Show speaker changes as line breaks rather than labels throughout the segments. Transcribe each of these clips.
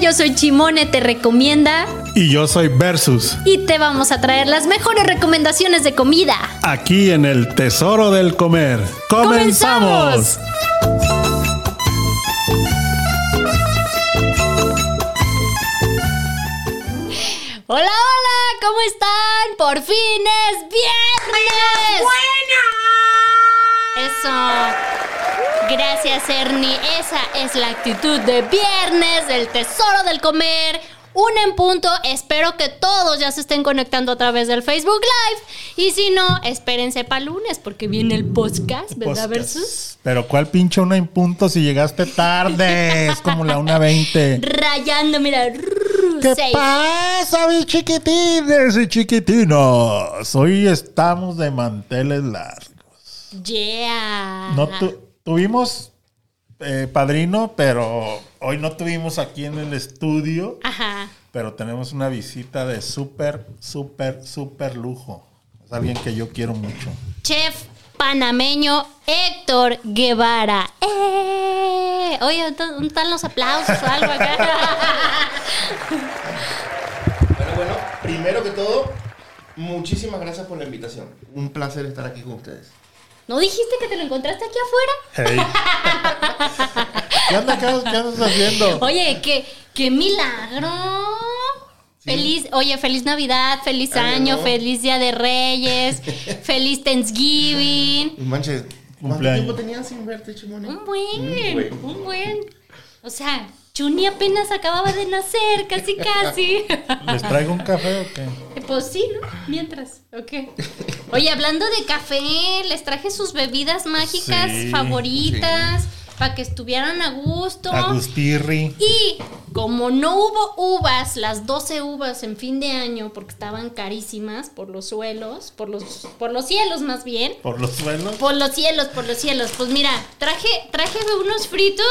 yo soy Chimone, te recomienda.
Y yo soy Versus.
Y te vamos a traer las mejores recomendaciones de comida.
Aquí en el Tesoro del Comer. ¡Comenzamos!
Hola, hola, ¿cómo están? Por fin es viernes. Eso. Gracias, Ernie. Esa es la actitud de viernes, del tesoro del comer. Una en punto, espero que todos ya se estén conectando a través del Facebook Live. Y si no, espérense para lunes porque viene el podcast, ¿verdad?
Podcast.
Versus.
Pues, Pero ¿cuál pinche una en punto si llegaste tarde? Es como la 1.20.
Rayando, mira.
¿Qué
seis.
pasa, mis chiquitines y chiquitinos? Hoy estamos de manteles largos.
Yeah.
No tu- tuvimos eh, padrino, pero hoy no tuvimos aquí en el estudio.
Ajá.
Pero tenemos una visita de súper, súper, súper lujo. Es alguien que yo quiero mucho.
Chef panameño Héctor Guevara. ¡Eh! Oye, ¿dó- ¿dónde están los aplausos o algo acá?
Bueno, bueno, primero que todo, muchísimas gracias por la invitación. Un placer estar aquí con ustedes.
¿No dijiste que te lo encontraste aquí afuera?
¿Qué andas, qué andas- qué andas haciendo?
Oye, qué, qué milagro. Feliz, oye, feliz Navidad, feliz
Año
año,
nuevo.
feliz Día de Reyes, feliz Thanksgiving.
Manches, ¿cuánto
Cumpleaños.
tiempo tenían sin verte, Chimone?
Un buen,
buen.
un buen. O sea, Chuni apenas acababa de nacer, casi, casi.
¿Les traigo un café o qué?
Pues sí, ¿no? Mientras, ok. Oye, hablando de café, les traje sus bebidas mágicas
Sí,
favoritas para que estuvieran a gusto.
Agustirri.
Y como no hubo uvas, las 12 uvas en fin de año, porque estaban carísimas por los suelos, por los, por los cielos más bien.
Por los suelos.
Por los cielos, por los cielos. Pues mira, traje, traje unos fritos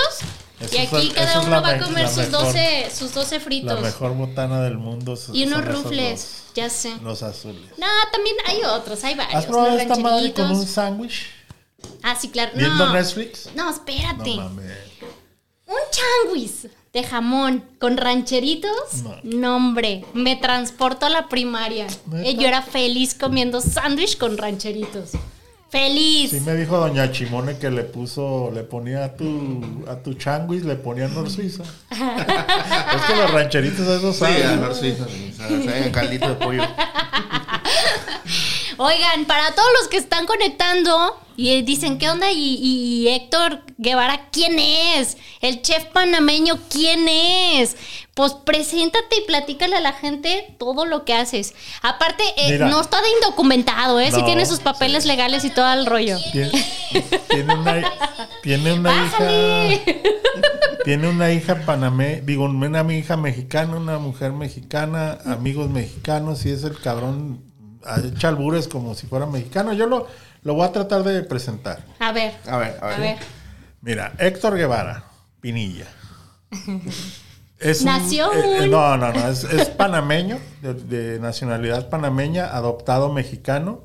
Eso
y
es
aquí
la- eso
cada
es
uno
la
va a
me-
comer
la
sus,
mejor.
12, sus 12
La
fritos.
mejor botana del mundo. son-
Y unos
son esos
rufles, ya sé.
dos, Los azules.
No, también hay otros, hay varios.
¿Has probado
unos
esta madre con un
rancheritos.
sándwich?
Ah, sí, claro.
¿Viendo
No,
Netflix?
no espérate.
No mames.
un changuis de jamón con rancheritos.
No.
No, hombre, me transporto a la primaria.
¿Neta?
Eh, yo era feliz comiendo sándwich con rancheritos. ¡Feliz!
Sí me dijo doña Chimone que le puso, le ponía a tu, a tu changuis, le ponía Nor Suiza. es que los rancheritos esos
Sí,
saben.
a Narciso, sí, saben, saben, caldito de pollo.
Oigan, para todos los que están conectando y eh, dicen, ¿qué onda? Y, y Héctor Guevara, ¿quién es? El chef panameño, ¿quién es? Pues preséntate y platícale a la gente todo lo que haces. Aparte, eh,
Mira.
no está de indocumentado, ¿eh? Si
No,
tiene sus papeles legales y todo el rollo.
Tiene, tiene una, tiene una hija.
¡Bájale!
Tiene una hija panamé, digo, una mi hija mexicana, una mujer mexicana, amigos mexicanos, y es el cabrón, ah, echa albures como si fuera mexicano. Yo lo, lo voy a tratar de presentar.
A ver,
A ver, a
a
ver.
ver.
Mira, Héctor Guevara, Pinilla. Es un-
Nació
eh, eh,
un-
no, no, no, es, es panameño, de, de nacionalidad panameña, adoptado mexicano,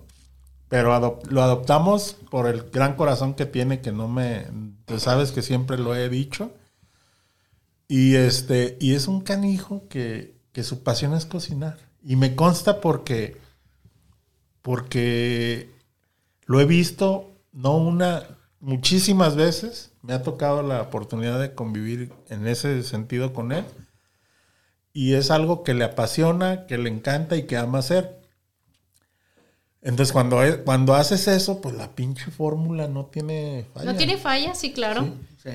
pero adop- lo adoptamos por el gran corazón que tiene, que no me... Tú sabes que siempre lo he dicho. Y, este, y es un canijo que, que su pasión es cocinar. Y me consta porque, porque lo he visto, no una, muchísimas veces. Me ha tocado la oportunidad de convivir en ese sentido con él. Y es algo que le apasiona, que le encanta y que ama hacer. Entonces, cuando, es- cuando haces eso, pues la pinche fórmula no tiene falla.
¿No tiene falla? Sí, claro.
Sí.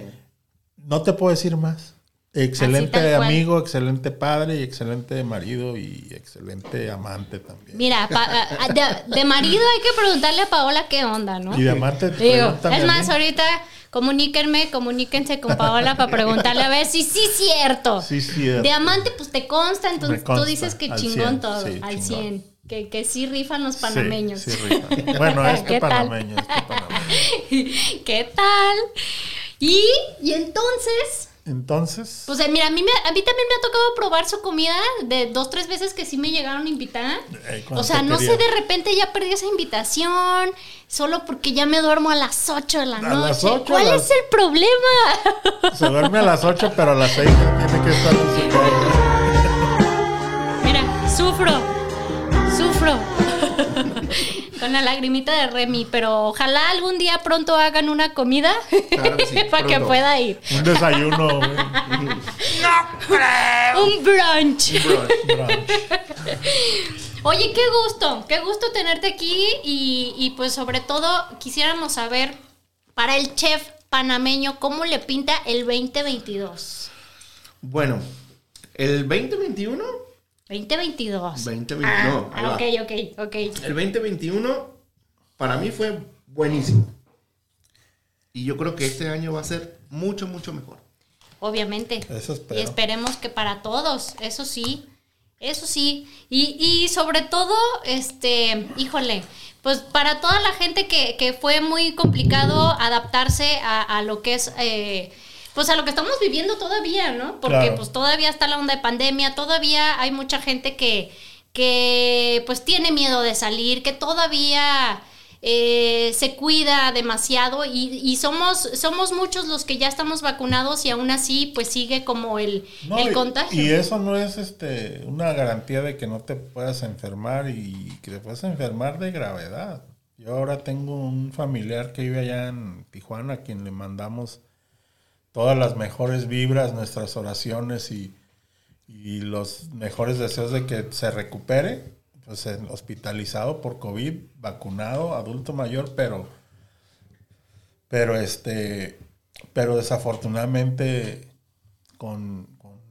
No te puedo decir más. Excelente
tal cual.
amigo, excelente padre y excelente marido y excelente amante también.
Mira, pa- a- a- de, de marido hay que preguntarle a Paola qué onda, ¿no?
Y de amante te
Digo,
preguntan
es
a
más,
mí.
ahorita comuníquenme, comuníquense con Paola para preguntarle a ver si sí es cierto.
Sí, sí.
De amante, pues te consta, entonces
Me consta,
tú dices que
al
chingón
100,
todo,
sí,
al
chingón.
100. Que, que sí rifan los panameños.
Sí, sí, rifa. bueno, este
¿Qué tal?
panameño, este panameño.
¿Qué tal? Y, y entonces,
Entonces,
Pues eh, mira, a mí, me- a mí también me ha tocado probar su comida de dos, tres veces que sí me llegaron a invitar.
Eh, cuando
o sea, no sé,
quería.
de repente ya perdí esa invitación, solo porque ya me duermo a las 8 de la noche.
las ocho,
¿Cuál
a las-
es el problema?
se duerme a las 8, pero a las 6 tiene que estar en su casa.
Mira, sufro, sufro. Con la lagrimita de Remy, pero ojalá algún día pronto hagan una comida
Claro que sí,
para que
pronto.
pueda ir.
Un desayuno, un
Un brunch.
Bro,
brunch.
Oye, qué gusto, qué gusto tenerte aquí y, y, pues sobre todo quisiéramos saber para el chef panameño cómo le pinta el 2022.
Bueno, el 2021,
2022.
2020,
ah,
no, ahí
ah,
va.
ok, ok, ok.
el 2021 para mí fue buenísimo. Y yo creo que este año va a ser mucho, mucho mejor.
Obviamente.
Eso espero.
y esperemos que para todos, eso sí, eso sí. Y, y sobre todo, este, híjole, pues para toda la gente que, que fue muy complicado adaptarse a, a lo que es... eh, pues a lo que estamos viviendo todavía, ¿no? Porque
Claro.
pues todavía está la onda de pandemia, todavía hay mucha gente que, que pues tiene miedo de salir, que todavía eh, se cuida demasiado y, y somos, somos muchos los que ya estamos vacunados y aún así pues sigue como el,
No,
el
y-
contagio.
Y eso no es este una garantía de que no te puedas enfermar y que te puedas enfermar de gravedad. Yo ahora tengo un familiar que vive allá en Tijuana a quien le mandamos todas las mejores vibras, nuestras oraciones y, y los mejores deseos de que se recupere. Pues en- hospitalizado por COVID, vacunado, adulto mayor, pero pero este, pero desafortunadamente con, con-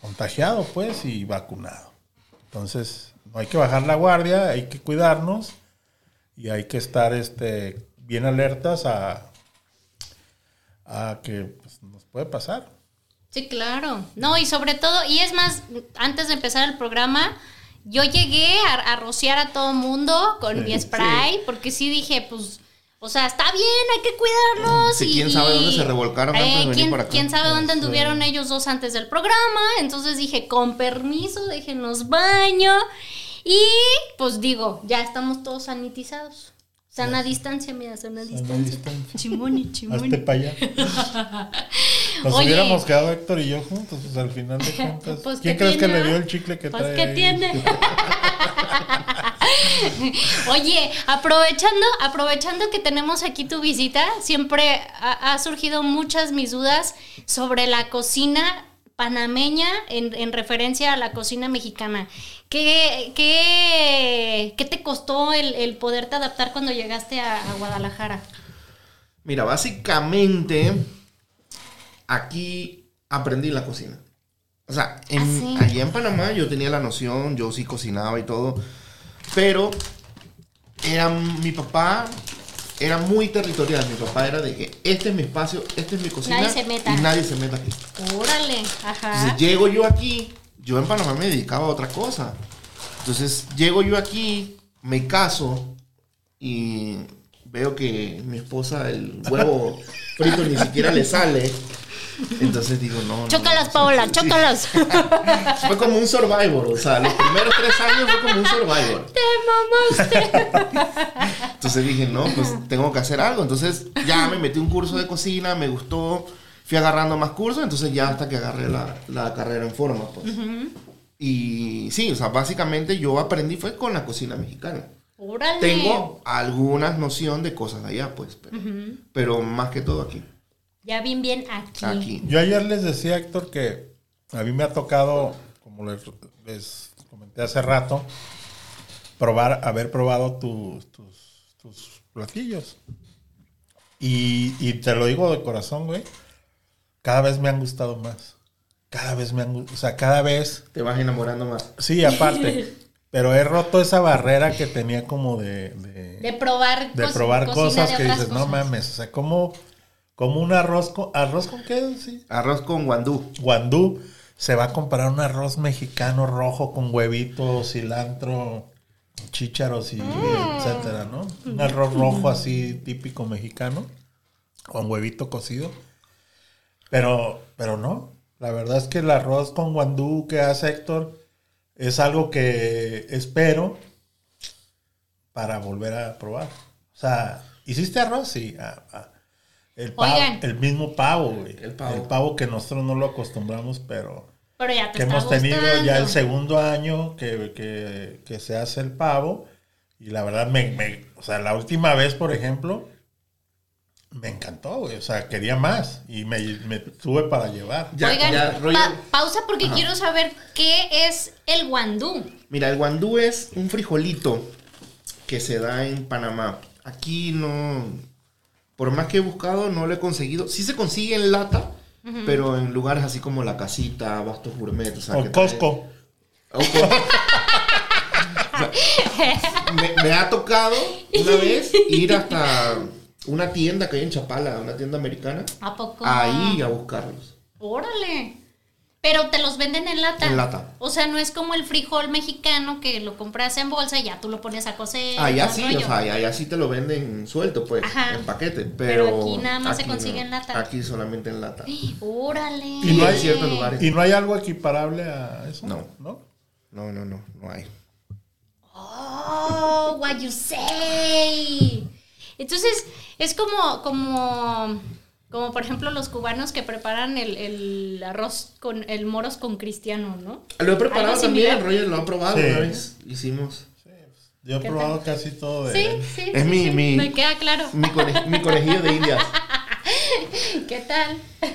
contagiado, pues, y vacunado. Entonces, no hay que bajar la guardia, hay que cuidarnos y hay que estar este, bien alertas a, a que pues, nos puede pasar.
Sí, claro. No, y sobre todo, y es más, antes de empezar el programa, yo llegué a, a rociar a todo mundo con
Sí,
mi spray, porque sí dije, pues, o sea, está bien, hay que cuidarnos.
Sí,
y-
quién sabe dónde
y-
se revolcaron antes de venir
quién,
para acá.
quién sabe dónde
Sí.
anduvieron ellos dos antes del programa. Entonces dije, con permiso, déjenos baño. Y pues digo, ya estamos todos sanitizados. Sana distancia, mira, sana distancia.
distancia.
Chimoni,
Hazte
chimoni.
para allá. Nos
Oye.
hubiéramos quedado Héctor y yo juntos, pues al final de cuentas.
Pues,
¿Quién
¿qué
crees que
tiene,
le dio
ah?
el chicle que
Pues,
trae?
¿qué
ahí?
tiene? Oye, aprovechando, aprovechando que tenemos aquí tu visita, siempre ha, ha surgido muchas mis dudas sobre la cocina panameña en, en referencia a la cocina mexicana. ¿Qué, qué, qué te costó el, el poderte adaptar cuando llegaste a, a Guadalajara?
Mira, básicamente aquí aprendí la cocina. O sea, en-
Ah, sí.
allá en Panamá yo tenía la noción, yo sí cocinaba y todo, pero era mi papá era muy territorial. Mi papá era de que este es mi espacio, este es mi cocina
Nadie se meta.
y nadie se meta aquí.
Órale,
Entonces
ajá.
llego yo aquí, yo en Panamá me dedicaba a otra cosa. Entonces llego yo aquí, me caso y veo que mi esposa el huevo frito ni siquiera le sale. Entonces digo, no. no,
Chócalas,
no,
Paola,
sí, sí.
chócalas. Te
Fue como un survivor, o sea, los primeros tres años fue como un survivor.
mamaste.
Entonces dije, no, pues tengo que hacer algo. Entonces ya me metí un curso de cocina, me gustó, fui agarrando más cursos, entonces ya hasta que agarré la, la carrera en forma. Pues. Y sí, o sea, básicamente yo aprendí fue con la cocina mexicana.
Órale.
Tengo algunas noción de cosas de allá, pues, pero, pero más que todo aquí.
Ya bien, bien aquí.
Aquí.
Yo ayer les decía, Héctor, que a mí me ha tocado, como les, les comenté hace rato, probar, haber probado tu- tus, tus platillos. Y, y te lo digo de corazón, güey. Cada vez me han gustado más. Cada vez me han gustado. O sea, cada vez.
Te vas enamorando más.
Sí, aparte. pero he roto esa barrera que tenía como de- de
De probar,
de
cos-
probar
cocina
cosas
de
que
otras
dices, no
cosas".
mames, o sea, como, como un arroz con... ¿Arroz con qué? Sí.
Arroz con guandú.
Guandú. Se va a comparar un arroz mexicano rojo con huevito, cilantro, chícharos y etcétera, ¿no? Un arroz rojo así típico mexicano con huevito cocido. Pero, pero no. La verdad es que el arroz con guandú que hace Héctor es algo que espero para volver a probar. O sea, ¿hiciste arroz? Sí. Ah, ah. El, pavo-
Oigan.
el mismo pavo, güey.
El pavo.
El pavo que nosotros no lo acostumbramos, pero
Pero ya te
que
está
hemos tenido ya el
gustando.
segundo año que, que- que se hace el pavo. Y la verdad, me, me- o sea, la última vez, por ejemplo, me encantó, güey. O sea, quería más y me, me tuve para llevar.
Ya,
Oigan,
ya,
pa-
Roger.
pausa porque quiero saber qué es el guandú.
Mira, el guandú es un frijolito que se da en Panamá. Aquí no. Por más que he buscado, no lo he conseguido. Sí se consigue en lata, pero en lugares así como La Casita, Bastos Gourmet. O, sea, que
O
trae-
Costco.
O Costco. O sea, me, me ha tocado una vez ir hasta una tienda que hay en Chapala, una tienda americana,
¿A poco?
ahí a buscarlos.
Órale. Pero te los venden en lata.
En lata.
O sea, no es como el frijol mexicano que lo compras en bolsa y ya tú lo pones a cocer.
Allá
todo
Ah, sí,
el
o
rollo.
sea, allá, allá sí te lo venden suelto, pues,
Ajá.
en paquete.
Pero
Pero,
aquí nada más se consigue en lata.
Aquí solamente en lata.
Órale.
Y no hay- en
ciertos lugares.
¿Y no hay algo equiparable a eso?
No.
¿No?
No, no, no, no hay.
Oh, what you say. Entonces, es como, como, como por ejemplo los cubanos que preparan el, el arroz con el moros con cristiano, ¿no?
Lo he preparado
Algo
también,
similar.
Roger lo ha probado
Sí.
una vez. Hicimos.
Yo he
¿Qué
probado casi todo de
Sí, sí.
Eh, Es
sí,
mi-
sí,
mi-
Me queda claro.
Mi, conej- mi conejillo de indias.
¿Qué tal? Pues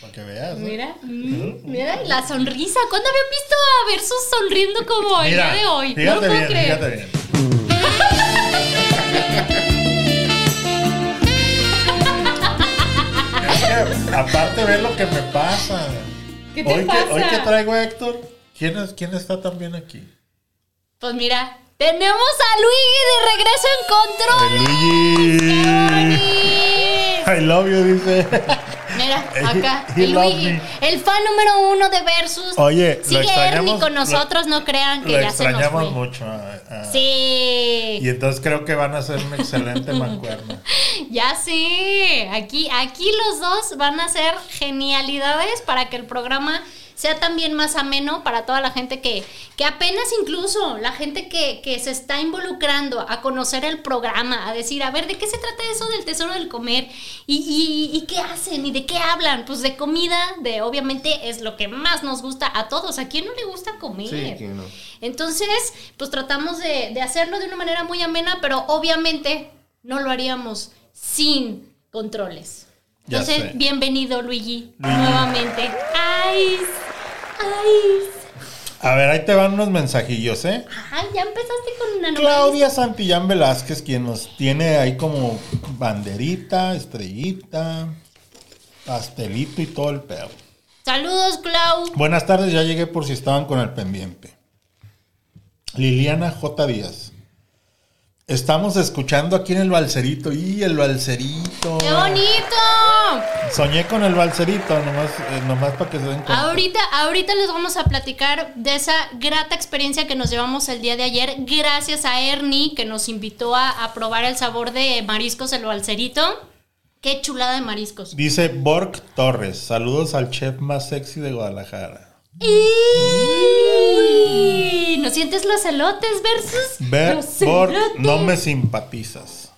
para que veas. ¿no?
Mira, mm, mira y la sonrisa. ¿Cuándo habían visto a Versus sonriendo como el
Mira,
día de hoy? No lo
Fíjate
puedo
bien,
creer.
fíjate bien. Es que, aparte ve lo que me pasa.
¿Qué te
hoy,
pasa?
Que, hoy que traigo a Héctor, ¿quién, es, quién está también aquí?
Pues mira, tenemos a Luigi de regreso en control. Luis.
I love you, dice.
Mira, acá,
He
el
loves
Luigi,
me.
el fan número uno de Versus.
Oye, lo
sigue
extrañamos,
Ernie con
lo-
nosotros, no crean que
Lo
ya se nos fue.
extrañamos mucho. a- a- Y
Sí,
entonces creo que van a ser un excelente mancuerna.
ya sé. Aquí, aquí los dos van a ser genialidades para que el programa sea también más ameno para toda la gente que, que apenas incluso, la gente que, que se está involucrando a conocer el programa, a decir, a ver, ¿de qué se trata eso del tesoro del comer? ¿Y, y- y qué hacen? ¿Y de qué hablan? Pues de comida, de obviamente es lo que más nos gusta a todos. ¿A quién no le gusta comer?
Sí, que no.
Entonces, pues tratamos de, de hacerlo de una manera muy amena, pero obviamente no lo haríamos sin controles.
Ya
Entonces,
sé.
bienvenido Luigi, nuevamente. ¡Ay! ¡Ay!
A ver, ahí te van unos mensajillos, ¿eh?
¡Ay! Ya empezaste con una
Claudia Santillán Velázquez, quien nos tiene ahí como banderita, estrellita, pastelito y todo el pedo.
Saludos, Clau.
Buenas tardes, ya llegué por si estaban con el pendiente. Liliana J. Díaz. Estamos escuchando aquí en el balserito. ¡Y el balserito!
¡Qué bonito!
Soñé con el balserito, nomás, eh, nomás para que se den cuenta.
Ahorita, ahorita les vamos a platicar de esa grata experiencia que nos llevamos el día de ayer, gracias a Ernie, que nos invitó a, a probar el sabor de mariscos, el balserito. Qué chulada de mariscos.
Dice Borg Torres. Saludos al chef más sexy de Guadalajara.
¡Y! ¿No sientes los elotes versus
Ver,
los
Borg,
elotes?
no me simpatizas.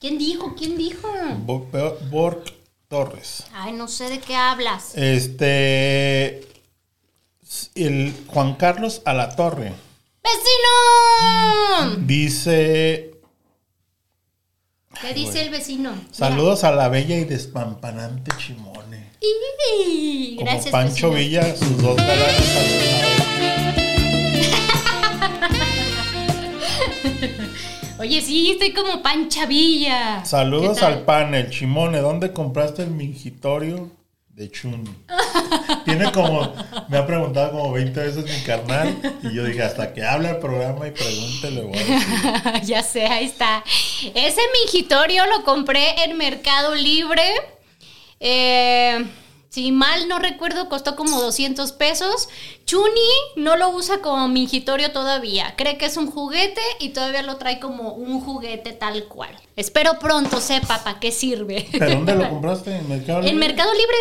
¿Quién dijo? ¿Quién dijo?
Bo- Bo- Borg Torres.
Ay, no sé de qué hablas.
Este. El Juan Carlos Alatorre
¡Vecino!
dice:
¿Qué dice el vecino? Mira.
Saludos a la bella y despampanante Chimone.
¡Y!
Como
Gracias,
Pancho
vecino.
Villa, sus dos galanes saludados.
Oye, sí, estoy como Panchavilla.
Saludos
¿Qué tal?
al panel, Chimone. ¿Dónde compraste el mingitorio de Chun? Tiene como, me ha preguntado como 20 veces mi carnal. Y yo dije: Hasta que habla el programa y pregúntele, voy a decir".
ya sé, ahí está. Ese mingitorio lo compré en Mercado Libre. Eh, si mal no recuerdo, costó como 200 pesos. Chuni no lo usa como mingitorio todavía. Cree que es un juguete y todavía lo trae como un juguete tal cual. Espero pronto sepa para qué sirve.
¿Pero dónde lo compraste? ¿En Mercado
en
Libre?
Mercado Libre.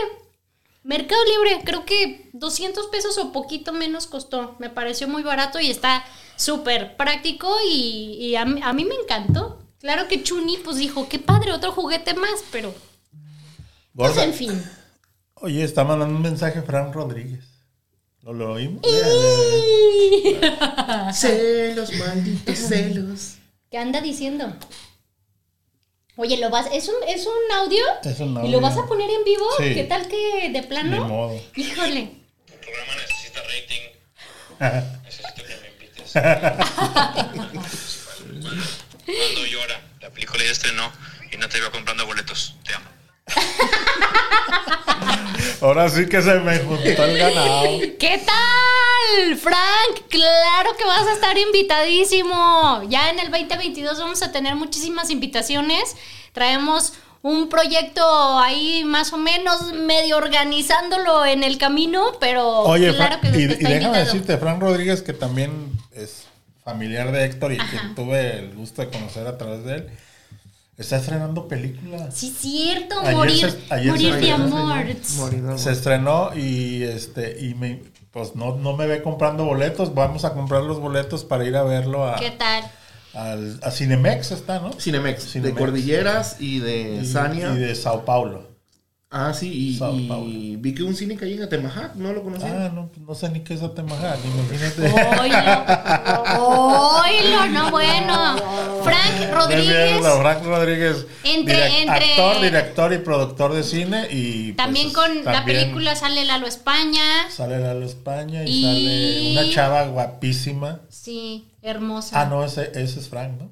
Mercado Libre, creo que 200 pesos o poquito menos costó. Me pareció muy barato y está súper práctico y, y a, mí- a mí me encantó. Claro que Chuni pues dijo, qué padre, otro juguete más, pero pues
Gorda.
en fin.
Oye, está mandando un mensaje Fran Rodríguez. ¿Lo, lo oímos?
Celos, malditos celos.
¿Qué anda diciendo? Oye, lo vas, es un, es un audio
Es un
y
audio.
lo vas a poner en vivo.
Sí.
¿Qué tal que de plano?
Ni modo.
Híjole.
El programa necesita rating. Necesito que me invites. Cuando llora, la película ya estrenó y no te iba comprando boletos. Te amo.
Ahora sí que se me juntó el ganado.
¿Qué tal, Frank? Claro que vas a estar invitadísimo. Ya en el 2022 vamos a tener muchísimas invitaciones. Traemos un proyecto ahí más o menos medio organizándolo en el camino, pero
Oye,
Oh, claro
Fran,
que
y, y
está
déjame
invitado.
decirte, Fran Rodríguez, que también es familiar de Héctor y que tuve el gusto de conocer a través de él, está estrenando películas.
Sí, cierto,
Ayer
morir,
se- ayer se
morir de
estrenó.
amor.
Morir de amor.
Se estrenó y este y me pues no, no me ve comprando boletos, vamos a comprar los boletos para ir a verlo a,
¿Qué tal?
al- a Cinemex está, ¿no?
Cinemex,
Cinemex.
de Cordilleras y de
Y-
Sania.
y de Sao Paulo.
Ah, sí, y,
Sao
y
Paulo.
vi que un cine que hay en Atemajac, no lo conocía.
Ah, no, no sé ni qué es Atemajac, imagínate.
Oilo, oilo, no bueno.
Oh,
Frank Rodríguez,
Mierda, Frank Rodríguez,
Entre-
direc-
entre-
actor, director y productor de cine y
también
pues,
con la
también
película sale Lalo España.
sale Lalo España y,
Y-
sale una chava guapísima.
Sí, hermosa.
Ah, no, ese, ese es Frank, ¿no?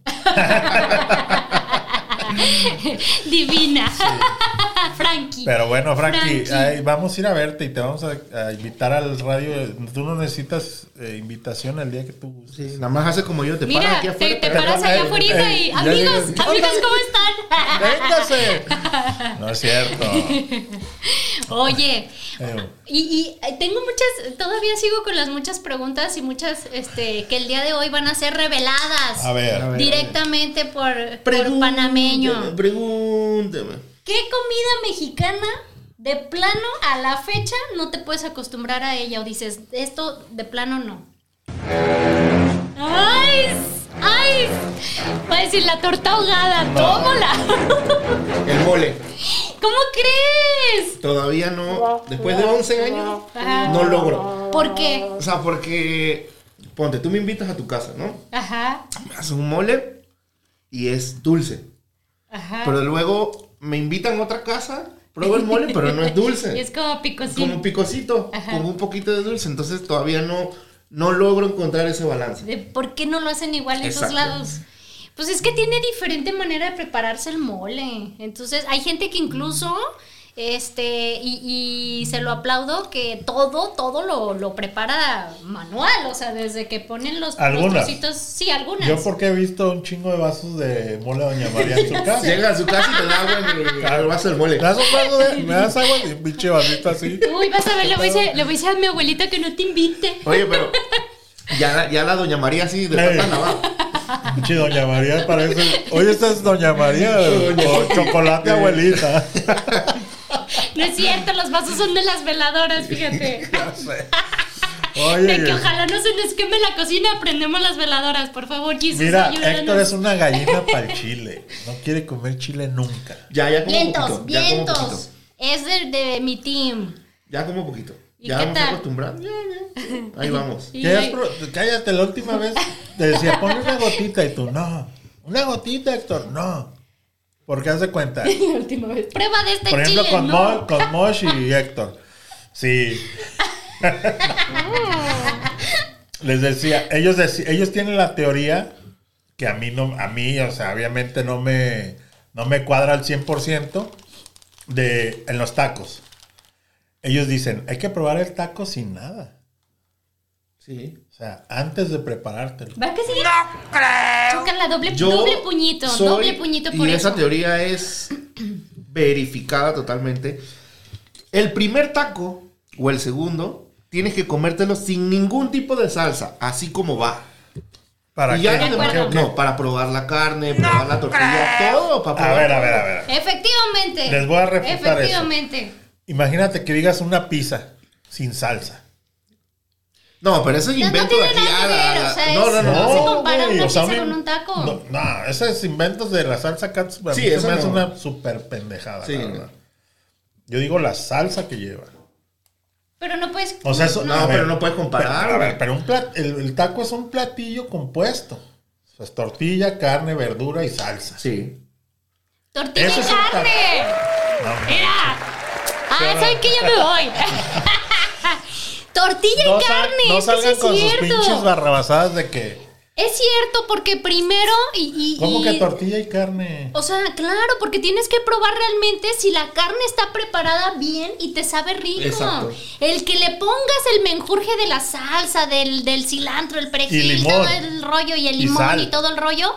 Divina. Frankie.
Pero bueno, Frankie,
Frankie.
ay, vamos a ir a verte y te vamos a, a invitar al radio. Tú no necesitas eh, invitación el día que tú gustes.
Sí, nada más hace como yo, te paras
Mira,
aquí
te,
afuera.
te
pero-
paras
Perdón,
allá
eh,
afuera
eh,
y
ya
amigos,
llegué.
amigos, ¿cómo están?
¡Véngase! No es cierto.
Oye,
Eh,
Y, y, eh, tengo muchas, todavía sigo con las muchas preguntas y muchas este, que el día de hoy van a ser reveladas
a ver.
A ver.
directamente por, por
Pregúnteme,
panameño.
Pregúnteme.
¿Qué comida mexicana de plano a la fecha no te puedes acostumbrar a ella o dices, esto de plano no? ¡Ay! ¡Ay! Va a decir la torta ahogada, tómala.
El mole.
¿Cómo crees?
Todavía no, después de 11 años, no logro.
¿Por qué?
O sea, porque, ponte, tú me invitas a tu casa, ¿no?
Ajá,
Me haces un mole y es dulce.
ajá.
Pero luego me invitan a otra casa, pruebo el mole, pero no es dulce.
Y es como picosito.
como picosito,
Ajá.
con un poquito de dulce. Entonces todavía no, no logro encontrar ese balance.
de por qué no lo hacen igual en todos
Exacto.
lados. Pues es que tiene diferente manera de prepararse el mole. Entonces, hay gente que incluso, este, y, y se lo aplaudo, que todo, todo lo, lo prepara manual. O sea, desde que ponen los, los
Algunas.
trocitos. Sí, algunas.
Yo porque he visto un chingo de vasos de mole de Doña María en su casa.
Llega a su casa y te da agua en el, al vaso del mole.
¿Me das un vaso de- me das agua de un pinche vasito así?
Uy, vas a ver, le voy a, decir, le voy a decir a mi abuelita que no te invite.
Oye, pero ya, la- ya la doña María sí, de tanta
Ey.
lavada.
Pinche Doña María parece. Oye, esta es Doña María o chocolate abuelita.
No es cierto, los vasos son de las veladoras, fíjate. De que
Oye,
ojalá no se nos queme la cocina, prendemos las veladoras, por favor, Jesús,
mira,
ayúdanos.
Héctor es una gallina para el chile. No quiere comer chile nunca.
Ya, ya como
Vientos,
poquito. Ya como
vientos.
poquito.
Es del de mi team.
Ya como poquito.
¿Y
Ya
qué
vamos
tal?
acostumbrando. Ya, ya. Ahí vamos.
Y
¿Qué has
ahí-
pro- Cállate, la última vez te decía, pon una gotita y tú, no. Una gotita, Héctor, no. Porque haz de cuenta.
Prueba de este
Por ejemplo,
chile,
con,
¿no?
Mo- con Mosh y Héctor. Sí.
Mm.
Les decía, ellos, deci- ellos tienen la teoría que a mí, no, a mí, o sea, obviamente no me, no me cuadra al 100% de, en los tacos. Ellos dicen, hay que probar el taco sin nada.
Sí.
O sea, antes de preparártelo.
¿Va que sí? Chócala, doble,
Yo
doble puñito,
soy-
doble puñito por
Y
eso.
esa teoría es verificada totalmente. El primer taco o el segundo tienes que comértelo sin ningún tipo de salsa, así como va.
¿Para
Y ya
qué?
no,
De acuerdo.
no, para probar la carne, probar la tortilla, todo para
A
probar.
ver, a ver, a ver.
Efectivamente.
Les voy a refutar eso.
Efectivamente.
Imagínate que digas una pizza sin salsa.
No, pero eso es
No, no
invento de
tiene
aquí
nada
a
que ver,
la-
o sea,
No, no,
es-
no.
se compara
güey,
una
o
pizza
sea, a mí-
con un taco.
No, no, esos inventos de la salsa catsup a
Sí,
mí se
eso
me hace
no.
una super pendejada,
Sí,
la
no.
verdad. Yo digo la salsa que lleva.
Pero no puedes.
O sea, eso-
No,
a
pero no puedes comparar,
Pero, a ver,
güey.
pero un plat- el, el taco es un platillo compuesto. O sea, es tortilla, carne, verdura y salsa.
Sí.
Tortilla
Eso
y
es un taco.
carne.
No, no.
Mira. Ah, ¿saben que Yo me voy. Tortilla
No
y
sal-
carne. es
no
que sí
salgan
es
con sus
cierto.
pinches barrabasadas de que.
Es cierto, porque primero y. y-
¿Cómo
y-
que tortilla y carne?
O sea, claro, porque tienes que probar realmente si la carne está preparada bien y te sabe rico.
Exacto.
El que le pongas el menjurje de la salsa, del, del cilantro, el perejil,
Y limón.
todo el rollo y el
Y
limón
sal.
y, todo el rollo,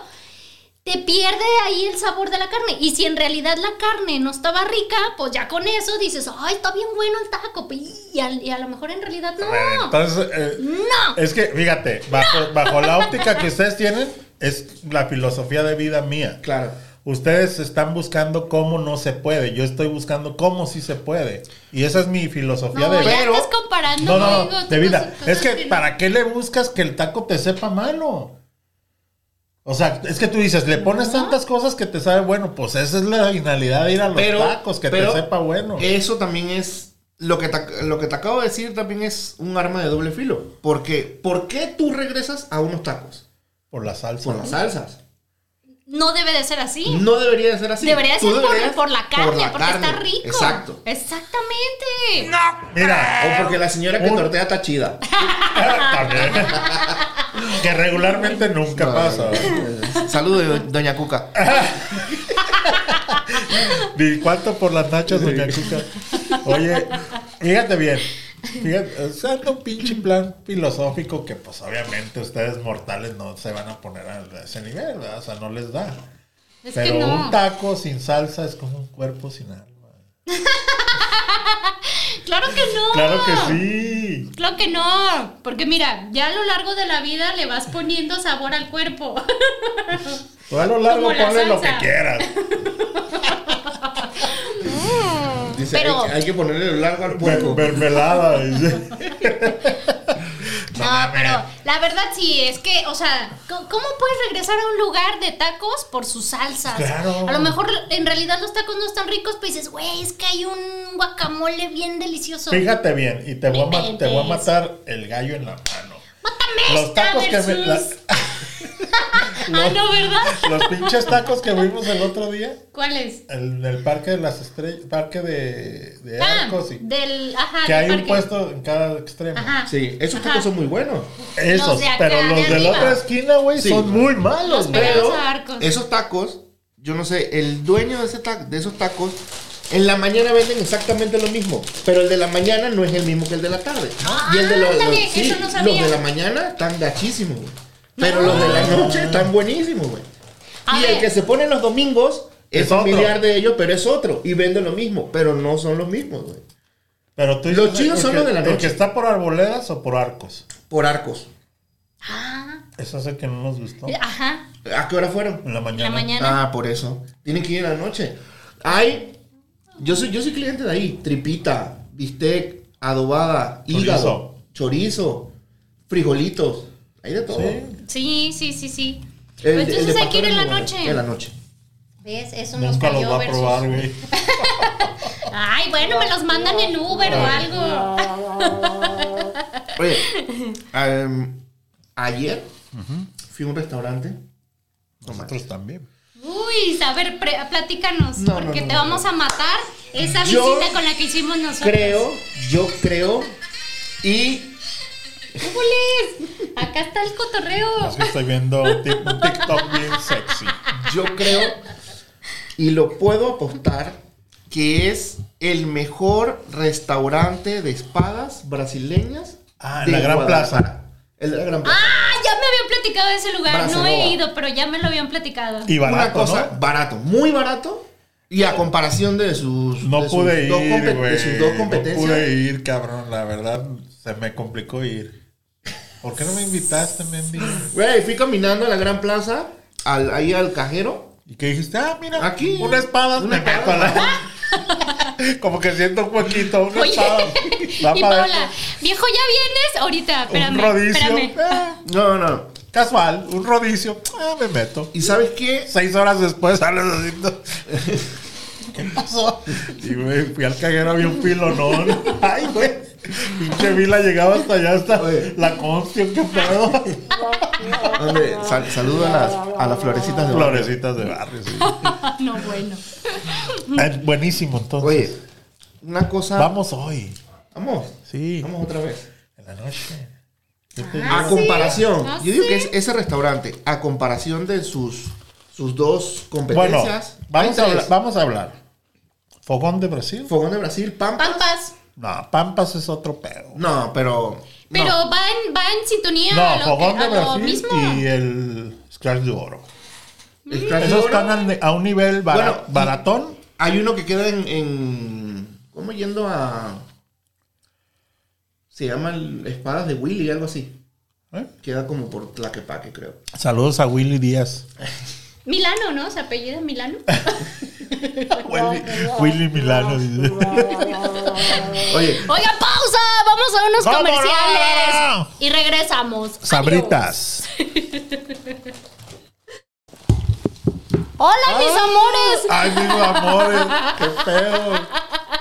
te pierde ahí el sabor de la carne. Y si en realidad la carne no estaba rica, pues ya con eso dices, ay, está bien bueno el taco. pues, Y a, y a lo mejor en realidad
A ver,
no.
Entonces, eh,
No.
es que, fíjate, bajo, bajo la óptica que ustedes tienen, es la filosofía de vida mía.
Claro.
Ustedes están buscando cómo no se puede. Yo estoy buscando cómo sí se puede. Y esa es mi filosofía
No,
de
ya
vida.
estás comparando
No, no,
conmigo,
de
tú
vida.
cosas- cosas
Es que,
no-
¿para qué le buscas que el taco te sepa malo? O sea, es que tú dices, le pones tantas cosas que te sabe bueno. Pues esa es la finalidad de ir a los
Pero,
tacos, que
pero
te sepa bueno.
Eso también es. Lo que, te, ac- lo que te acabo de decir también es un arma de doble filo. Porque, ¿por qué tú regresas a unos tacos?
por la salsa.
Por las salsas.
No debe de ser así.
No debería de ser así.
Debería
Tú
ser por,
deberías-
por la carne, porque está
carne.
rico.
Exacto.
Exactamente.
Mira,
O porque la señora que
Un-
tortea está chida.
También. que regularmente nunca
No,
pasa.
no, no. Saludos, doña Cuca.
Ni cuánto por las nachas, doña Cuca? Oye, fíjate bien. Fíjate, o sea, anda un pinche plan filosófico que pues obviamente ustedes mortales no se van a poner a ese nivel, ¿verdad? O sea, no les da.
Es
Pero
que
un
no.
taco sin salsa es como un cuerpo sin alma.
Claro que no.
Claro que sí.
Claro que no. Porque mira, ya a lo largo de la vida le vas poniendo sabor al cuerpo.
Tú a lo largo
Como la
ponle lo que
salsa.
quieras.
Dice,
Pero-
hay, que- hay que ponerle lo largo al
Mer-
puerco.
mermelada. dice.
No, pero la verdad sí, es que, o sea, co- ¿cómo puedes regresar a un lugar de tacos por sus salsas?
Claro.
A lo mejor en realidad los tacos no están ricos, pero dices, güey, es que hay un guacamole bien delicioso.
Fíjate bien, y te voy, a, ma- te voy a
Inventes.
matar el gallo en la mano.
Mátame
Los
esta
tacos que me-
versus-
la-
Ah, no, ¿verdad?
Los pinches tacos que vimos el otro día
¿Cuál es?
en el parque de las estrellas, parque de, de
Ah,
arcos, y,
del, ajá,
que
del
hay un
parque.
puesto en cada extremo.
Ajá.
Sí, esos
Ajá.
tacos son muy buenos.
Esos,
Los de acá,
pero los
de
de, la
arriba.
otra esquina, güey,
Sí.
son muy
Los
malos, güey.
pegados
Pero
a arcos.
esos tacos, yo no sé, el dueño de, ese ta- de esos tacos, en la mañana venden exactamente lo mismo. Pero el de la mañana no es el mismo que el de la tarde. y el de lo-
Ah, ándale,
los, sí,
eso no sabía.
los de la mañana están gachísimos, güey. Pero los de la noche están buenísimos, güey.
A
Y
ver.
el que se pone los domingos es,
Es otro.
familiar de ellos, pero es otro. Y vende lo mismo, pero no son los mismos, güey.
Pero tú
Los
dices,
chidos son
el que-
los de la
¿El que
noche.
está por arboledas o por arcos?
Por arcos.
Ah,
Eso es el que no nos gustó.
ajá.
¿A qué hora fueron?
En la
Ah, En la
mañana.
mañana.
Ah, por eso. Tienen que ir en la noche. Hay. Yo soy, yo soy cliente de ahí. Tripita, bistec, adobada, hígado, chorizo, frijolitos. Hay de todo.
Sí.
Sí, sí, sí, sí.
El-
Pues
el de
entonces hay que ir
pastor
en la
es muy bueno.
noche.
En la noche.
¿Ves? Eso nos
Nunca los
cayó
va a
versus.
probar, güey.
Ay, bueno, me los mandan en Uber o algo.
Oye, em, ayer fui a un restaurante. No manches.
Nosotros también.
Uy, a ver, pre- platícanos,
No, no,
porque
no,
te
no.
vamos a matar esa
Yo
visita con la que hicimos nosotros.
Creo, yo creo. Y
¡Húboles! Acá está el cotorreo.
Es que estoy viendo un tic- un TikTok bien sexy.
yo creo y lo puedo apostar que es el mejor restaurante de espadas brasileñas.
Ah,
de
en la Gran
Guadalajara.
Plaza.
El de la Gran Plaza.
Ah, ya me habían platicado de ese lugar. No
Barcelona.
he ido, pero ya me lo habían platicado.
Y barato,
Una cosa,
¿no?
barato, muy barato. Y a comparación de sus,
No
de sus
pude
dos
ir,
compe-
güey.
de sus dos
No
competencias.
pude ir, cabrón. La verdad, se me complicó ir. ¿Por qué no me invitaste, mendigo?
Güey, fui caminando a la Gran Plaza, al- ahí al cajero.
Y que dijiste, ah, mira,
Aquí.
una espada,
Una
me meto
espada.
a la- Como que siento un huequito, una
Oye,
espada. Va
y
para
Paula,
adentro.
viejo, ¿ya vienes? Ahorita,
un
espérame,
rodicio.
espérame.
eh,
No, no.
casual, un rodicio. Ah, me meto.
¿Y sabes qué?
Seis horas después sales así. ¿no? ¿Qué pasó? Y güey, fui al caguero, había un pilonón. Ay, güey. Pinche vila llegaba hasta allá, hasta
Oye.
la constión, qué pedo.
Hombre, sal- saludo a las, a las florecitas de barrio.
Florecitas de barrio, sí.
no, bueno.
Ah, buenísimo, entonces.
Oye, una cosa.
Vamos hoy.
Vamos.
Sí.
Vamos otra vez.
En la noche. Este,
Ah,
a
sí.
comparación.
Ah,
Yo digo
sí.
que es- ese restaurante, a comparación de sus, sus dos
Bueno,
competencias.
vamos a,
hay
hablar,
tres.
vamos a hablar. Fogón de Brasil.
Fogón de Brasil, Pampa.
Pampas.
No, Pampas es otro pedo.
No, pero.
Pero
no.
va, en, va en sintonía a
No,
lo,
Fogón
que-
de
a lo
Brasil
mismo.
y el Scratch de Oro.
El Crash
Esos
Oro,
están al ne- a un nivel bara-
Bueno, y-
baratón.
Hay uno que queda en, en. ¿Cómo yendo a.? Se llama el Espadas de Willy, algo así.
¿eh?
Queda como por Tlaquepaque, creo.
Saludos a Willy Díaz.
Milano, ¿no? Se apellida Milano.
Willy, Willy Milano. dice.
Oye,
Oiga, pausa, vamos a unos
¡Vámonos!
comerciales. Y regresamos.
Sabritas.
Adiós.
Ah.
Hola, mis amores.
Ay, mis amores. Qué pedo.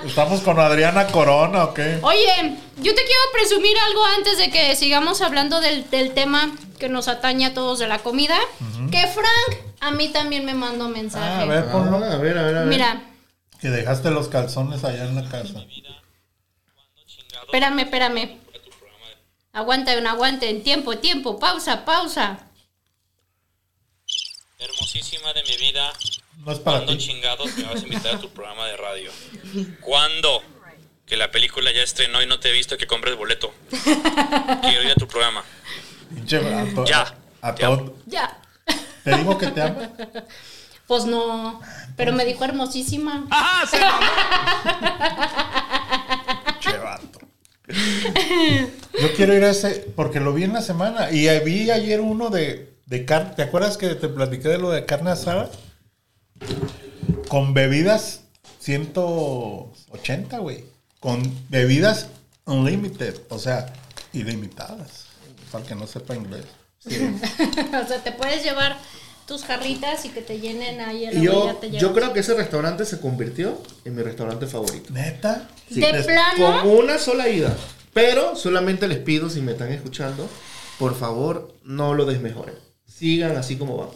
¿Estamos con Adriana Corona o qué?
Oye, yo te quiero presumir algo antes de que sigamos hablando del, del tema que nos atañe a todos de la comida. Que Frank a mí también me mandó mensaje.
Ah, a ver, ponlo.
a ver, a ver, a ver.
Mira,
Que dejaste los calzones allá en la casa.
espérame, espérame. Aguanten, aguanten. Tiempo, tiempo. Pausa, pausa.
Hermosísima de mi vida,
No es para
¿cuándo
ti.
chingados me vas a invitar a tu programa de radio? ¿Cuándo? Que la película ya estrenó y no te he visto que compres boleto. Quiero ir a tu programa.
Pinche brato.
Ya.
A todo.
Ya.
Te digo que te amo.
Pues no. Pero me dijo hermosísima.
Che vato. Yo quiero ir a ese, porque lo vi en la semana. Y vi ayer uno de, de carne. ¿Te acuerdas que te platiqué de lo de carne asada? Con bebidas 180, güey. Con bebidas unlimited. O sea, ilimitadas. Para el que no sepa inglés.
o sea, te puedes llevar tus jarritas y que te llenen ahí a la
Y
huella
yo,
te
yo
llevas.
creo que ese restaurante se convirtió en mi restaurante favorito.
¿Neta?
De
Les-
plano.
Con una sola ida. Pero solamente les pido, si me están escuchando, por favor, no lo desmejoren. Sigan así como van.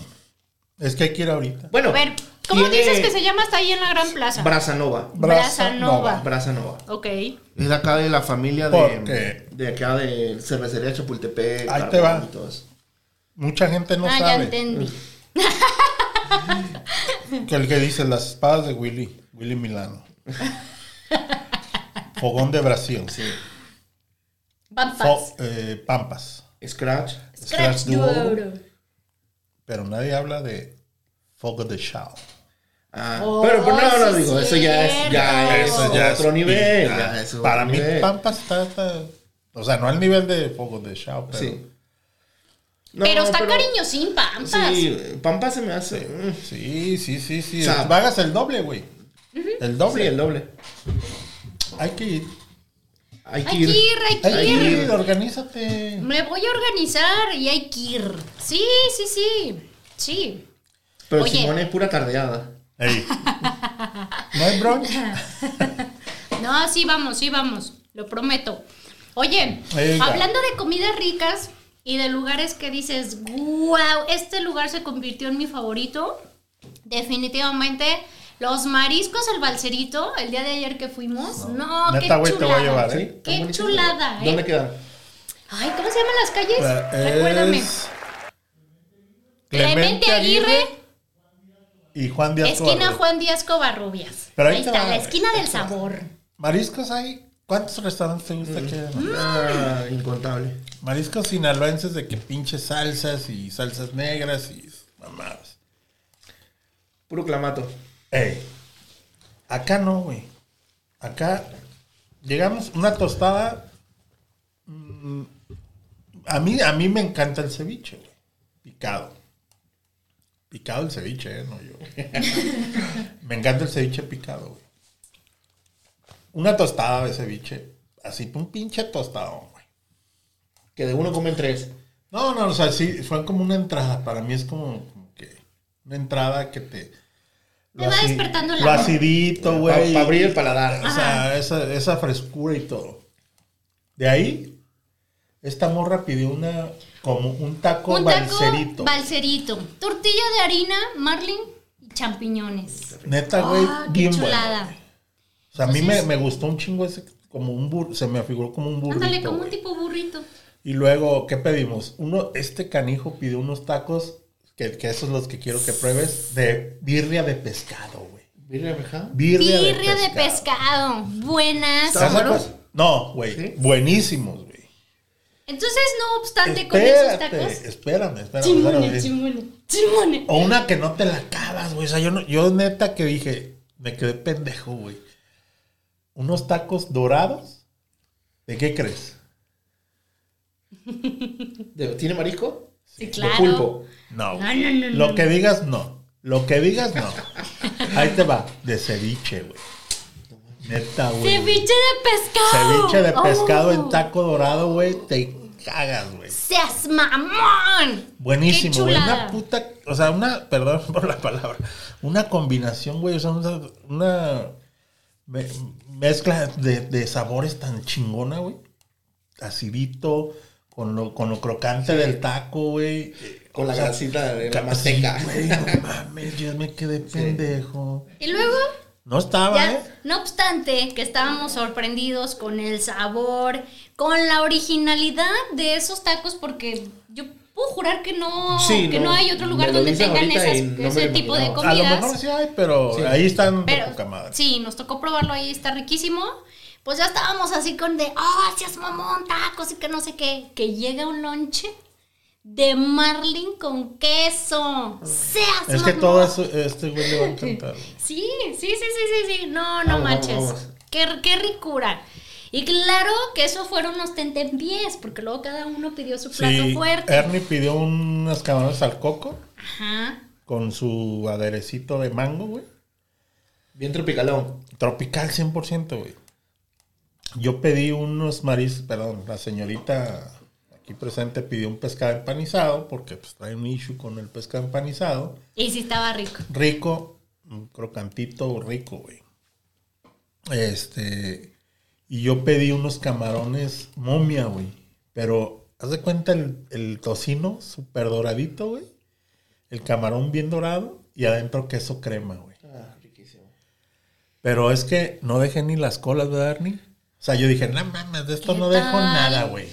Es que hay que ir ahorita.
Bueno,
A ver, ¿cómo
tiene
dices que se llama hasta ahí en la Gran Plaza?
Brazanova.
Brasa
Brasa
Nova.
Brazanova.
Ok.
Es de acá de la familia
¿Por
de,
qué?
de acá de cervecería Chapultepec.
Ahí te va.
Carbón y todo eso.
Mucha gente no
ah, ya
sabe
entendí.
que el que dice las espadas de Willy, Willy Milano. Fogón de Brasil.
Sí.
Pampas.
Fo- eh, Pampas.
Scratch.
Scratch
Scratch Duo.
Duo.
Pero nadie habla de Fogo de Chao.
Ah,
Oh,
pero, pero no, no
sí
digo, eso ya es, ya
cierto.
es
Eso ya
otro nivel. ya es otro
Para mí,
nivel.
Pampas está, está- O sea, no al nivel de Fogo de Chao, pero.
Sí.
Sí.
No,
pero está cariño sin pampas.
Sí, Pampa se me hace. mm,
Sí, sí, sí, sí.
O sea,
Pagas el doble, güey. El
Sí,
doble.
el doble.
Hay que ir.
Hay que
Hay que ir, hay que
Hay que
ir.
ir, organízate.
Me voy a organizar y hay que ir. Sí, sí, sí. Sí.
Pero
Oye.
Simón es pura tardeada.
Ey. No hay bronca.
No, sí vamos, sí vamos. Lo prometo. Oye,
Venga.
hablando de comidas ricas y de lugares que dices, wow, este lugar se convirtió en mi favorito. Definitivamente los mariscos, el balserito, el día de ayer que fuimos. No, qué
Neta, güey, te voy
chulada.
a llevar,
¿Sí?
¿eh?
Está
Qué
buenísimo.
chulada, ¿eh?
¿Dónde quedan?
Ay, ¿cómo se llaman las calles?
Pues, Es
Recuérdame. Clemente Aguirre,
y Juan Díaz
esquina
Tobar.
Juan Díaz Covarrubias.
Pero ahí
ahí
te
está,
va,
la
ahí
esquina
te
del
va.
sabor.
Mariscos hay. ¿Cuántos restaurantes te gusta aquí?
Mm.
Ah, incontable.
Mariscos sinaloenses de que pinche salsas y salsas negras y mamadas.
Puro clamato.
Ey, acá no, güey. Acá llegamos una tostada. mm, a mí, a mí me encanta el ceviche, güey. Picado. Picado el ceviche, eh, no yo. me encanta el ceviche picado, güey. una tostada de ceviche. Así, un pinche tostado, güey.
Que de uno comen tres.
No, no, o sea, sí, fue como una entrada. Para mí es como, como que una entrada que te.
Te va despertando el
Lo
hambre.
acidito, güey.
Para abrir el paladar.
O sea, esa, esa frescura y todo. De ahí, esta morra pidió una. Como un taco
Un taco
balserito.
balserito. Tortilla de harina, marlin y champiñones.
Neta, güey,
Ah, qué
bien bueno.
chulada. Pues
O sea, a mí me,
Entonces-
me gustó un chingo ese, como un bur, se me afiguró como un burrito.
Ándale, como un
güey.
tipo burrito.
Y luego, ¿qué pedimos? Uno, este canijo pidió unos tacos, que, que esos los que quiero que pruebes, de birria de pescado, güey.
Mira, ajá.
Birria,
Birria de pescado. Buenas.
¿Estás de
buenos?
acuerdo? No, güey,
¿Sí?
buenísimos, güey.
Entonces, no obstante, con esos
Espérate,
tacos.
espérame, espérame. espérame.
Chimone, chimone, chimone.
O una que no te la acabas, güey. O sea, yo, no- yo neta que dije, me quedé pendejo, güey. Unos tacos dorados. ¿De qué crees?
¿De- ¿Tiene marisco?
Sí,
De
claro.
pulpo.
No.
No, Ah, no, no,
Lo que digas, no. Lo que digas, no. Ahí te va. De ceviche, güey. Neta, güey.
Ceviche de pescado.
Ceviche de pescado
Oh.
en taco dorado, güey. Te cagas, güey.
¡Seas mamón! Qué
Buenísimo, güey.
chulada.
Una puta. O sea, una. Perdón por la palabra. Una combinación, güey. O sea, una. una me- mezcla de, de sabores tan chingona, güey. Acidito. Con lo, con lo crocante del taco, güey.
Eh, Con la
O sea,
grasita de la
sí,
manteca.
güey, no mames, ya me quedé pendejo.
Y luego,
No estaba, ¿eh?
ya, no obstante que estábamos sorprendidos con el sabor, con la originalidad de esos tacos, porque yo puedo jurar que no,
Sí,
que no,
no,
hay otro lugar
me lo
donde
dices
tengan
ahorita
esas-
y no me
ese
lo
tipo de
imaginaba.
A lo
comidas.
mejor sí hay, pero
Sí.
ahí están de
Pero
poca madre.
sí, nos tocó probarlo ahí, está riquísimo. Pues ya estábamos así con de, ah, seas mamón, tacos y que no sé qué. Que llega un lonche de marlin con queso. Seas
Es que
mamón.
todo eso- este güey le va a encantar. güey.
Sí, sí, sí, sí, sí, sí. No, no
Vamos,
manches.
vamos, vamos.
Qué, qué ricura. Y claro que esos fueron los tentempiés, porque luego cada uno pidió su plato
Sí,
fuerte.
Ernie pidió unas camarones al coco
Ajá.
con su aderecito de mango, güey.
Bien tropicalón.
Tropical 100%, güey. Yo pedí unos maris, perdón, la señorita aquí presente pidió un pescado empanizado porque pues trae un issue con el pescado empanizado.
Y sí estaba rico.
rico, un crocantito rico, güey. Este, y yo pedí unos camarones momia, güey. Pero, haz de cuenta el, el tocino súper doradito, güey. El camarón bien dorado y adentro queso crema, güey.
Ah, riquísimo.
Pero es que no dejé ni las colas, ¿verdad, Ernie? O sea, yo dije, no mames, de esto
¿Qué
no dejo
tal?
nada, güey.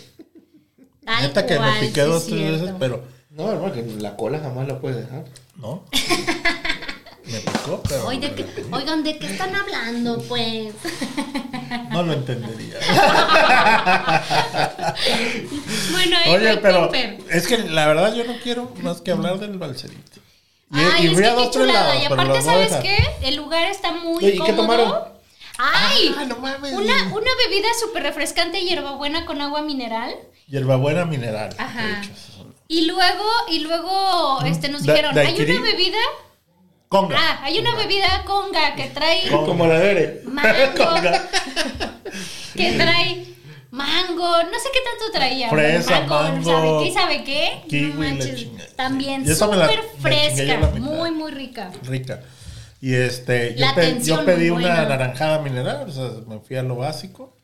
Tal
Neta que me
cual,
piqué
sí,
dos, tres
cierto.
veces, pero
No, hermano, que la cola jamás la puedes dejar.
no. me picó, pero.
Oye, ¿de qué- oigan, ¿de qué están hablando, pues?
No lo entendería.
Bueno, ahí
Oye,
fue
pero
Cooper.
es que la verdad yo no quiero más que hablar del balserito.
Ay, es
fui
que
a
qué
dos, tres
chulada.
lados,
y
pero
aparte,
los voy
¿sabes
a dejar.
qué? El lugar está muy
Oye, ¿y qué
cómodo.
tomaron?
¡Ay!
Ah, no mames.
Una, una bebida súper refrescante, hierbabuena con agua mineral.
Hierbabuena mineral.
Ajá.
de hecho, eso es.
Y luego, y luego este, nos
Mm. Da-
dijeron, hay
daiquiri.
una bebida.
Conga.
Ah, hay una bebida conga que trae
Conga.
Como la dere.
mango. que trae mango. No sé qué tanto traía.
Fresa,
mango.
mango,
¿Sabe qué? ¿Sabe qué?
kiwi, la
manches,
chingada.
También
Y esa me la-
súper
me chingué yo la
fresca.
mitad.
Muy, muy rica.
Rica. Y este, yo,
La
pe-
atención
yo pedí
muy
una
buena.
naranjada mineral, o sea, me fui a lo básico.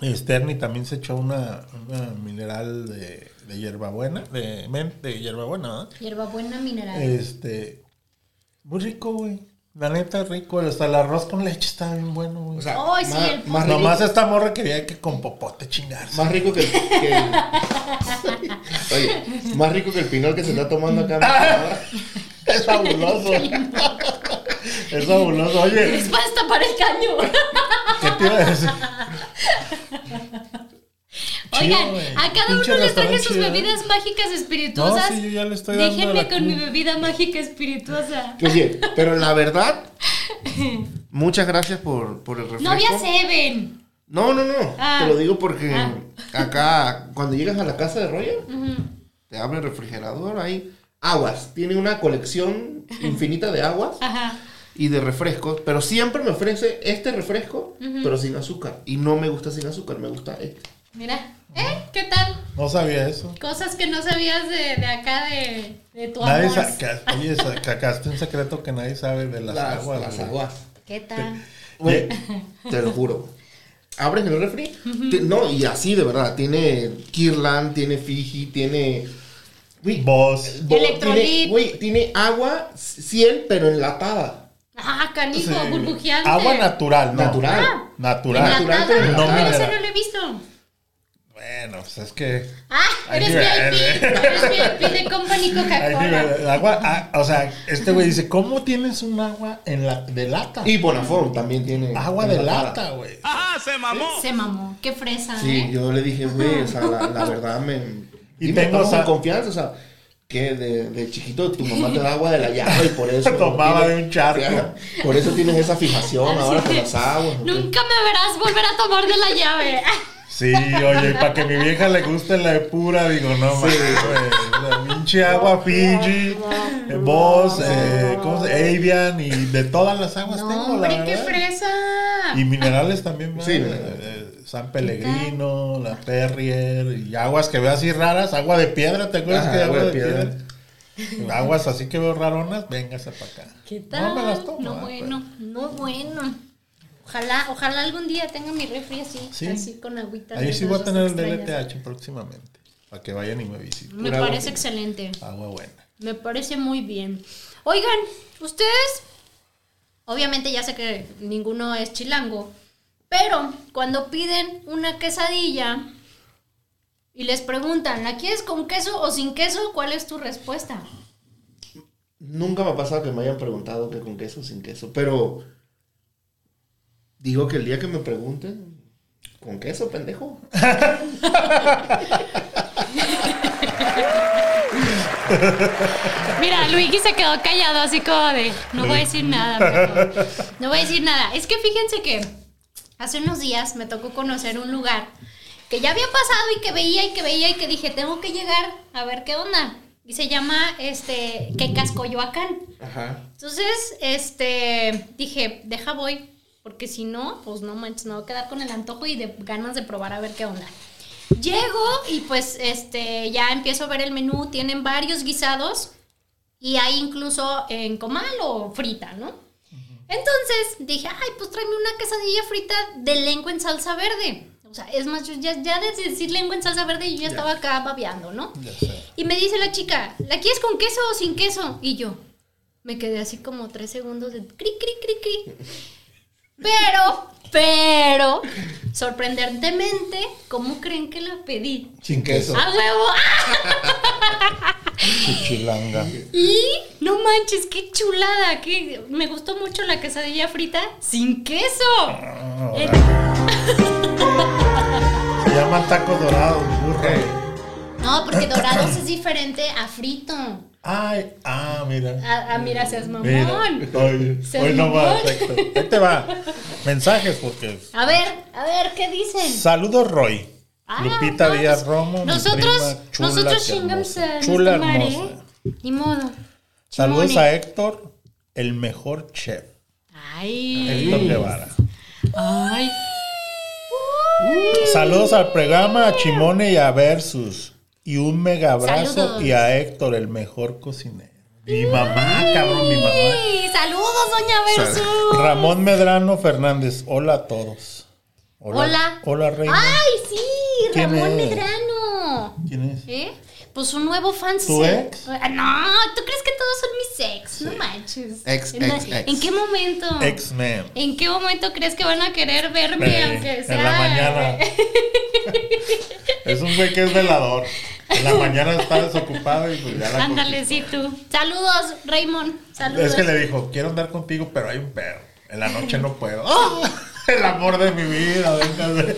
Este, Ernie también se echó una, una mineral de, de hierbabuena, de, men- de hierbabuena, ¿verdad?
Hierbabuena mineral.
Este. Muy rico, güey. La neta, rico. Hasta el arroz con leche está bien bueno, güey. Pues
O sea,
Ay, Oh, sí,
más,
el
más rico,
Nomás esta morra quería que con popote chingarse.
más rico que el. que el- Oye, más rico que el pinol que se está tomando acá. mi
Es fabuloso. es fabuloso. Oye,
Es para destapar el caño.
¿qué te iba a decir?
Oigan,
güey.
a cada
Pinche
uno les traje
restaurante
sus
chido, ¿eh?
bebidas mágicas espirituosas.
No, sí, yo ya le estoy dando
Déjenme
la
con mi
cu-
bebida mágica espirituosa.
cabrón. Oye, Pues pero la verdad, muchas gracias por, por el refresco.
No había Seven.
No, no, no.
Ah.
Te lo digo porque
Ah.
acá, cuando llegas a la casa de Roger, te abre el refrigerador, hay aguas. Tiene una colección infinita de aguas.
Ajá.
y de refrescos, pero siempre me ofrece este refresco, pero sin azúcar. Y no me gusta sin azúcar, me gusta este.
Mira, ¿eh? ¿Qué tal?
No sabía eso.
Cosas que no sabías de, de acá, de, de tu
Nadie
amor.
sa- ca- Oye, sa- cacaste un secreto que nadie sabe de las,
Las
aguas.
las
güey.
aguas.
¿Qué tal?
Güey, Eh, te lo juro. Abres el refri. te- no, y así de verdad. Tiene Kirlan, tiene Fiji, tiene. Güey,
Vos.
bo-
Electrolit.
tiene- Güey, tiene agua 100, pero enlatada.
Ah, canijo,
Sí.
burbujeante.
Agua natural, ¿no?
Natural.
Ah.
Natural.
Natural.
Enlatada.
pero
No,
enlatada.
ese no lo he visto.
Bueno, pues es que.
Ah,
Hay
eres
niveles.
VIP. Eres VIP de Company
Hay
Coca-Cola.
nivel- agua, ah, o sea, este güey dice, ¿cómo tienes un agua en la, de lata?
Y Bonafont también tiene.
agua de
enlatada.
lata, güey.
Se mamó. Qué fresa,
Sí,
¿eh?
yo le dije, güey, o sea, la, la verdad me.
Y
Y
tengo, o
me tomo
sea-
con confianza, o sea, que de, de chiquito tu mamá te da agua de la llave y por eso.
Tomaba de un charco.
Sí, Por eso tienes esa fijación ahora
Así
con
de,
las aguas. ¿ok?
Nunca me verás volver a tomar de la llave.
Sí, oye, y para que mi vieja le guste la de pura, digo, no mames, güey. La pinche agua Fiji, eh, Boss, eh, ¿cómo se Avian y de todas las aguas
No,
tengo,
hombre,
la
qué
verdad.
fresa.
Y minerales también, ¿verdad?
Sí.
Eh, eh, San Pellegrino, la Perrier, y aguas que veo así raras, agua de piedra, ¿te acuerdas
Ajá,
que hay
agua
agua de
de
piedra? Aguas así que veo raronas, véngase para acá.
¿Qué tal?
No me las tomo.
No,
ah,
bueno, no bueno. Ojalá, ojalá algún día tenga mi refri así,
Sí.
así con agüita.
pero Ahí sí voy a tener el DLTH próximamente, para que vayan y me visiten.
Me
Pura agua
parece
fina.
excelente.
Agua buena.
Me parece muy bien. Oigan, ustedes, obviamente ya sé que ninguno es chilango, pero cuando piden una quesadilla y les preguntan, ¿la quieres con queso o sin queso? ¿Cuál es tu respuesta?
Nunca me ha pasado que me hayan preguntado que con queso o sin queso, pero digo que el día que me pregunten, ¿con queso, pendejo?
Mira, Luigi se quedó callado así como de, no voy a decir nada, pero- no voy a decir nada. Es que fíjense que hace unos días me tocó conocer un lugar que ya había pasado y que veía y que veía y que dije, tengo que llegar a ver qué onda. Y se llama, este, que Cascoyoacán.
Ajá.
Entonces, este, dije, deja voy, porque si no, pues no manches, me voy a quedar con el antojo y de ganas de probar a ver qué onda. Llego y pues este, ya empiezo a ver el menú, tienen varios guisados y hay incluso en comal o frita, ¿no? Entonces dije, ay, pues tráeme una quesadilla frita de lengua en salsa verde. O sea, es más, yo ya, ya de decir lengua en salsa verde, yo ya estaba acá babeando, ¿no?
Ya sé.
Y me dice la chica, ¿la quieres con queso o sin queso? Y yo me quedé así como tres segundos de cri, cri, cri, cri. Pero, pero, sorprendentemente, ¿cómo creen que la pedí?
Sin queso.
¡A huevo! ¡Ah!
Chichilanga.
Y no manches, qué chulada. Que me gustó mucho la quesadilla frita sin queso. Eh,
Se llaman tacos dorados, burra.
No, porque dorados es diferente a frito.
Ay, ah, mira.
A, a mira, seas
Mira,
mamón.
hoy,
Se
hoy no va.
mamón.
perfecto. Ahí te va. Mensajes, porque.
A ver, a ver, ¿qué dicen?
Saludos, Roy.
Ah,
Lupita
no, pues,
Díaz Romo. mi
Nosotros,
prima chula,
nosotros
qué
chingamos
hermosa.
a
Chula
nuestra madre, ¿eh?
hermosa.
Ni modo.
Saludos
Chimone.
a Héctor, el mejor chef.
Ay.
Héctor Guevara.
Ay.
Saludos al programa, a Chimone y a Versus. Y un mega abrazo
Saludos.
y a Héctor, el mejor cocinero. Mi mamá, cabrón, mi mamá.
Ay, Saludos, doña Versus.
Ramón Medrano Fernández, hola a todos.
Hola. Ah.
Hola, Reina.
Ay, sí,
¿Quién
Ramón
es?
Medrano.
¿Quién es?
¿Eh? Pues un nuevo fan.
¿Tu ex?
Ah, No, ¿tú crees que todos son mis ex? No manches.
Ex,
¿En,
ex, ex.
¿En qué momento?
X-Men.
¿En qué momento crees que van a querer verme,
Eh,
aunque sea?
en la mañana. es un güey que es velador. En la mañana está desocupado y pues ya la
Ándale, sí, tú. Saludos, Raymond. Saludos.
Es que le dijo, quiero andar contigo, pero hay un perro. En la noche no puedo. ¡Ah! El amor de mi vida, véngase.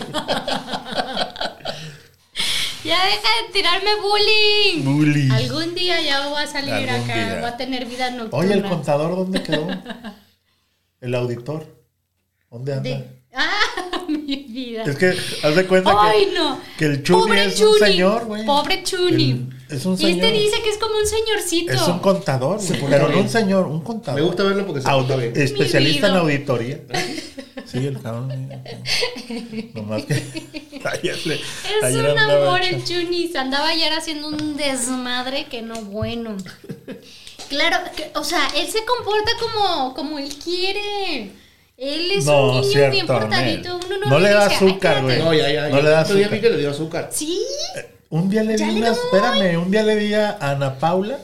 Ya deja de tirarme bullying.
Bully.
Algún día ya voy a salir
Algún
acá,
día.
voy a tener vida nocturna.
Oye, ¿el contador dónde quedó? El auditor. ¿Dónde anda?
De- Ah, mi vida.
Es que haz de cuenta
Ay,
que,
no.
que el Chuni es un señor, güey.
Pobre Chuni.
El- es un
Y este
señor.
dice que es como un señorcito.
Es un contador, güey,
porta
pero no
bien.
un señor, un contador.
Me gusta verlo porque se
Aud-
porta bien.
Especialista en
Mi vida.
auditoría. Sí, el cabrón. mira, mira. Nomás que ayer le-
Es
ayer
un
andaba
amor
hecho-
el Chunis. Andaba ayer haciendo un desmadre que no bueno. Claro, que- o sea, él se comporta como, como él quiere. Él es un niño bien portadito.
Nel.
Uno no,
No le da
dice, "Ay,
azúcar, güey.
quédate".
Eh, No, ya, ya.
No
ya.
le da
Otro día vi
azúcar.
que le dio azúcar.
Sí,
Un día le
Ya
di
le
unas,
doy.
espérame, un día le di a Ana Paula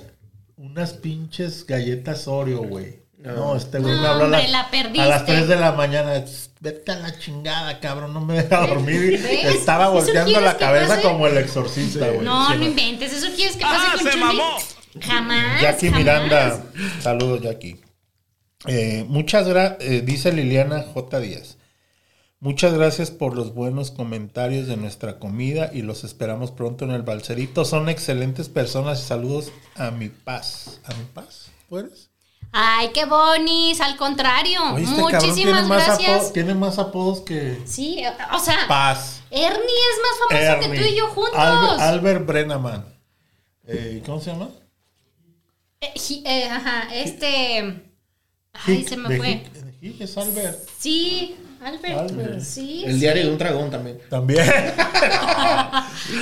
unas pinches galletas Oreo, güey. No, este güey
No,
me habló a
hombre,
las,
la
a las
perdiste.
3 de la mañana. "Tss, Vete a la chingada, cabrón, no me deja dormir.
¿Ves?
Estaba
¿Eso
volteando
quieres
la
que
cabeza
pase?
como el exorcista, güey.
no,
Sí,
no inventes. ¿Eso quieres que pase
Ah,
con
se
Chunis?
mamó.
Jamás.
Jackie
jamás.
Miranda, saludos Jackie. Eh, muchas gracias, dice Liliana J. Díaz. Muchas gracias por los buenos comentarios de nuestra comida y los esperamos pronto en el balserito. Son excelentes personas y saludos a mi paz. ¿A mi paz? ¿Tú eres?
Ay, qué bonis. Al contrario.
Oye, este cabrón
Muchísimas
más
gracias.
apo- tiene más apodos que
Sí, eh, o sea,
Paz.
Ernie es más famoso
Ernie,
que tú y yo juntos.
Albert, Albert Brennaman. Eh, ¿Cómo se llama?
Eh, hi- eh, ajá, este. Ay,
Hick,
se me
de
fue.
Hick, de Hick es Albert.
Sí, Albert.
Albert.
Sí.
El diario de un dragón también.
También.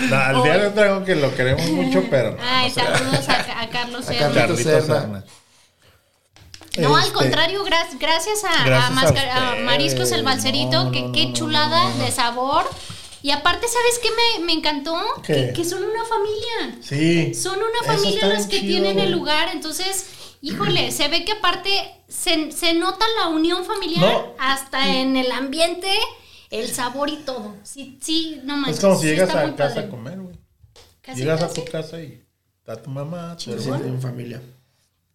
no, al día de dragón que lo queremos mucho, pero. no,
Ay,
no se
saludos a, Ca- a Carlos
A
Ernie.
da. Carlitos
Carlitos Serna.
Serna.
No, al
Este,
contrario, gra- gracias a, a
Gracias a
Masca- a
ustedes.
Mariscos el Balserito,
No,
que,
no,
qué
no,
chulada de sabor. Y aparte, ¿sabes qué me, me encantó?
¿Qué?
Que, que son una familia.
Sí.
Son una
Eso
familia
está
los
bien
que
chido,
tienen el
güey.
lugar, entonces, híjole, se ve que aparte se, se nota la unión familiar
No.
hasta en el ambiente, el sabor y todo. Sí, sí, no manches.
Es como si
sí
llegas
está
a
muy
casa
padre.
a comer, güey.
Casi,
Llegas
casi.
a tu casa y está tu mamá, tu
Se
hermano.
siente en familia.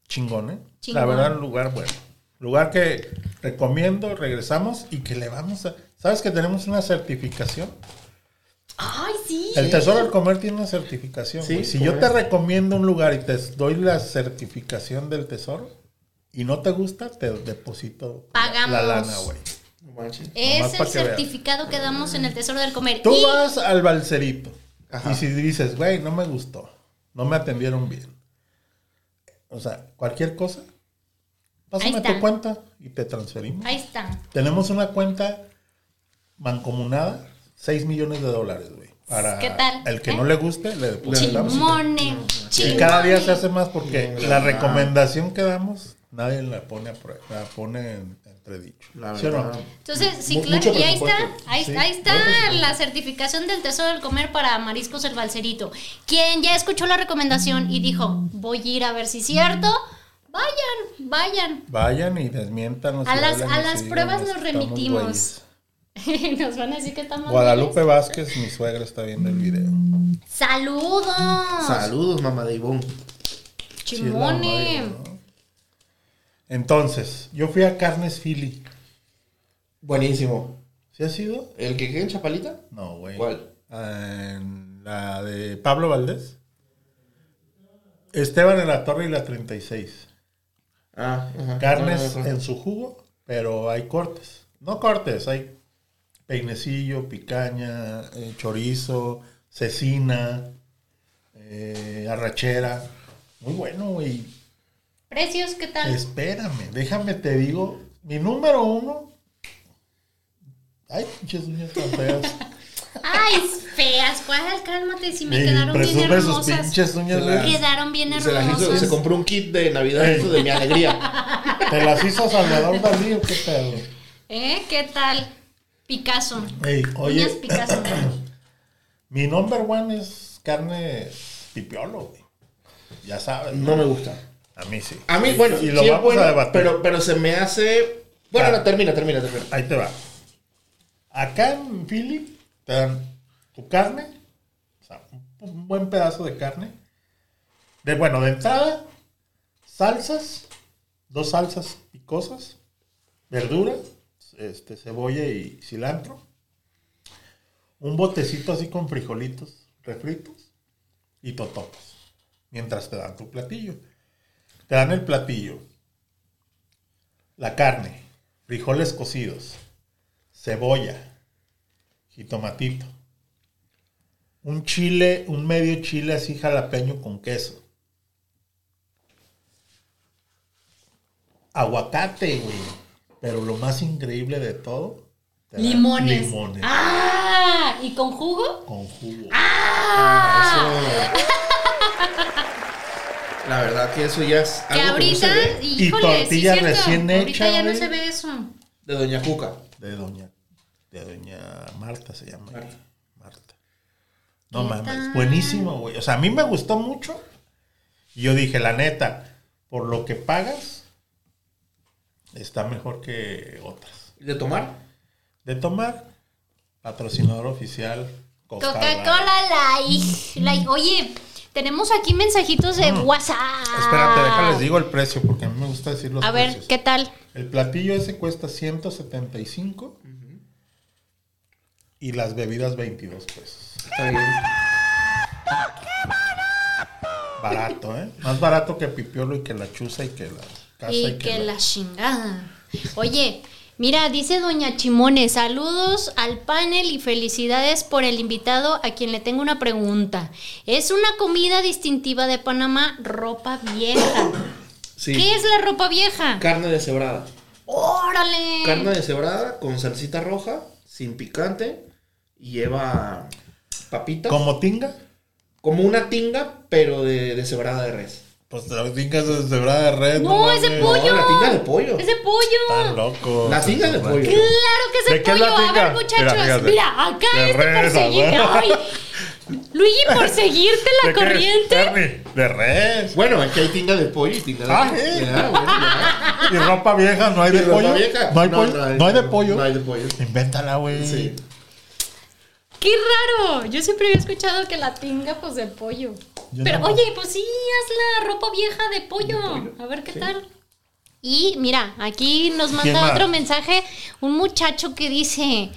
Chingón, ¿eh? La
Chingón.
verdad, un lugar bueno. Lugar que recomiendo, regresamos y que le vamos a. ¿Sabes que tenemos una certificación?
Ay, sí.
El Tesoro del Comer tiene una certificación.
Sí,
güey. si yo te
correcto.
recomiendo un lugar y te doy la certificación del Tesoro y no te gusta, te deposito
Pagamos.
la lana, güey.
No manches.
nomás
Es el
para que veas.
certificado que damos en el Tesoro del Comer.
Tú
y
vas al balserito
Ajá.
y si dices, güey, no me gustó, no me atendieron bien. O sea, cualquier cosa, pásame
está.
tu cuenta y te transferimos.
ahí está.
Tenemos una cuenta mancomunada, 6 millones de dólares, güey. Para
¿Qué tal?
el que
¿Eh?
no le guste, le depositamos.
Chimone, chimone.
Y cada día se hace más porque
Chingón.
la recomendación que damos, nadie la pone a prueba, la pone en entredicho.
La
¿Sí o no?
verdad.
Entonces, sí,
Mu-
claro,
mucho
y ahí está,
presupuesto.
ahí,
Sí,
ahí está
buen presupuesto.
la certificación del Tesoro del Comer para Mariscos el Balserito. Quien ya escuchó la recomendación y dijo, voy a ir a ver si es cierto, vayan, vayan.
Vayan y desmientan.
A las- a las pruebas nos remitimos. Nos van a decir que estamos
Guadalupe
bien.
Vázquez, mi suegra, está viendo el video.
¡Saludos!
Saludos, mamá de Ivonne.
¡Chimone!
Sí, es la madre, ¿no? Entonces, yo fui a Carnes Philly.
Buenísimo.
¿Sí ha sido?
¿El que queda en Chapalita?
No, güey.
¿Cuál?
En la de Pablo Valdés. Esteban en la Torre y la 36.
Ah, ajá.
Carnes
Ah, ah, ah.
en su jugo, pero hay cortes. No cortes, hay peinecillo, picaña, eh, chorizo, cecina, eh, arrachera. Muy bueno, güey.
¿Precios qué tal?
Espérame, déjame te digo. Mi número uno. Ay, pinches uñas tan feas.
¡Ay, feas! ¿Cuál? Cálmate, si me
Y
quedaron bien
presume sus
hermosas.
pinches uñas.
Se la-
güey.
Quedaron bien
Se, las hizo- se
hermosas.
compró un kit de Navidad eso de mi alegría.
¿Te las hizo Salvador Dalí o qué pedo?
¿Eh? ¿Qué tal? Picasso.
Ey,
Uñas
oye,
Picasso.
mi number one es carne pipiolo, güey. Ya sabes.
No me gusta.
A mí sí.
A mí, bueno,
y lo
sí es
vamos
bueno,
a debatir.
Pero, pero se me hace. Bueno,
Ah.
no, termina, termina, termina.
Ahí te va. Acá en Philly te dan tu carne, o sea, un- un buen pedazo de carne. De bueno, de entrada, salsas, dos salsas picosas, verdura, este, cebolla y cilantro. Un botecito así con frijolitos refritos y totopos. Mientras te dan tu platillo. Te dan el platillo, la carne, frijoles cocidos, cebolla, jitomatito. Un chile, un medio chile así jalapeño con queso. Aguacate, güey. Pero lo más increíble de todo. te dan
Limones.
Limones.
¡Ah! ¿Y con jugo?
Con jugo.
Ah, eso- La verdad que eso ya es
Que
algo que no se
ahorita,
ve
Y
híjole, sí,
tortilla
es cierto.
recién
Ahorita
hecha,
ya no
güey.
se ve eso.
de Doña Cuca.
De doña, de doña Marta se llama.
Marta.
Marta. No mames, buenísimo, güey. O sea, a mí me gustó mucho. Y yo dije, la neta, por lo que pagas, está mejor que otras.
¿Y ¿De tomar?
De tomar, patrocinador oficial, Coca-Cola.
Coca-Cola
Mm.
Light. Light. Oye, tenemos aquí mensajitos de WhatsApp.
Espérate, déjales, digo el precio, porque a mí me gusta decir los
A ver,
precios.
¿qué tal?
El platillo ese cuesta 175 y las bebidas 22 pesos.
Está bien.
Barato, ¿eh? Más barato que Pipiolo y que la Chuza y que la Casa
Y que, la chingada. Oye, mira, dice Doña Chimone, saludos al panel y felicidades por el invitado a quien le tengo una pregunta. Es una comida distintiva de Panamá, ropa vieja.
Sí.
¿Qué es la ropa vieja?
Carne deshebrada.
¡Órale!
Carne deshebrada con salsita roja, sin picante. Y lleva papitas. Como,
¿Como tinga?
una tinga, pero de deshebrada de res.
Pues la tinga es deshebrada de red.
No, es de
mames.
pollo.
No, la tinga de pollo.
¡Es de
Están
pollo!
locos.
La tinga de pollo.
¡Claro que es de,
¿De qué es
pollo!
la
A ver,
tinga?
muchachos, mira,
Mira, fíjate.
acá
De
este
res,
perseguir.
a
Ay, Luigi, por seguirte la
¿De qué?
corriente.
Ernie, de res.
Bueno, es que hay tinga de pollo y tinga de
Ah,
res.
¿eh?
Ya, bueno, ya.
¿Y ropa vieja? ¿No hay
¿Y
de
ropa
pollo?
vieja?
¿No hay
No,
pollo?
no hay-
¿No hay de pollo?
no hay de pollo.
Invéntala, güey.
Sí.
¡Qué raro! Yo siempre había escuchado que la tinga, pues, de pollo.
Yo
Pero,
no.
oye, pues sí, haz la ropa vieja de pollo. A ver qué tal. Y mira, aquí nos
¿Quién
manda
más?
otro mensaje un muchacho que dice...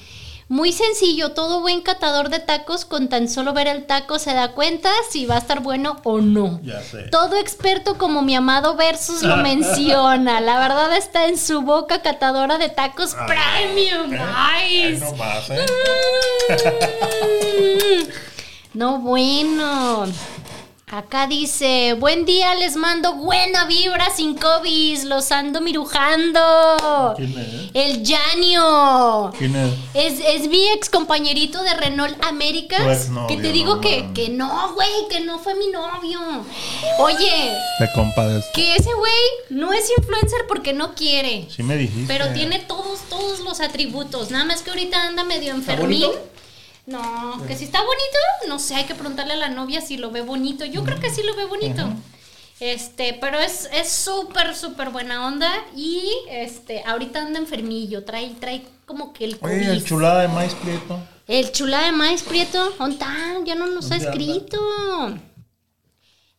Muy sencillo, todo buen catador de tacos con tan solo ver el taco se da cuenta si va a estar bueno o no.
Ya sé.
Todo experto como mi amado Versus lo menciona. La verdad está en su boca catadora de tacos
Ah,
premium.
¿eh? Ay,
Nice.
no más, ¿eh?
Mm. No, bueno. Acá dice, buen día, les mando buena vibra sin COVID, los ando mirujando.
¿Quién es?
El Janio.
¿Quién es?
Es, es mi ex compañerito de Renault
Tu
Américas.
exnovio,
Que te digo
no
que,
mames.
que no, güey, que no fue mi novio. Oye,
Te compadezco.
que ese güey no es influencer porque no quiere.
Sí me dijiste.
Pero tiene todos, todos los atributos. Nada más que ahorita anda medio enfermín.
bonito?
No, que si está bonito, no sé, hay que preguntarle a la novia si lo ve bonito. Yo creo que sí lo ve bonito. Este, pero es es súper, súper buena onda. Y este, ahorita anda enfermillo, trae, trae como que el
Oye,
COVID.
el chulada de maíz prieto.
El chula de maíz prieto, ontá, ya no nos ha
¿Dónde anda?
escrito.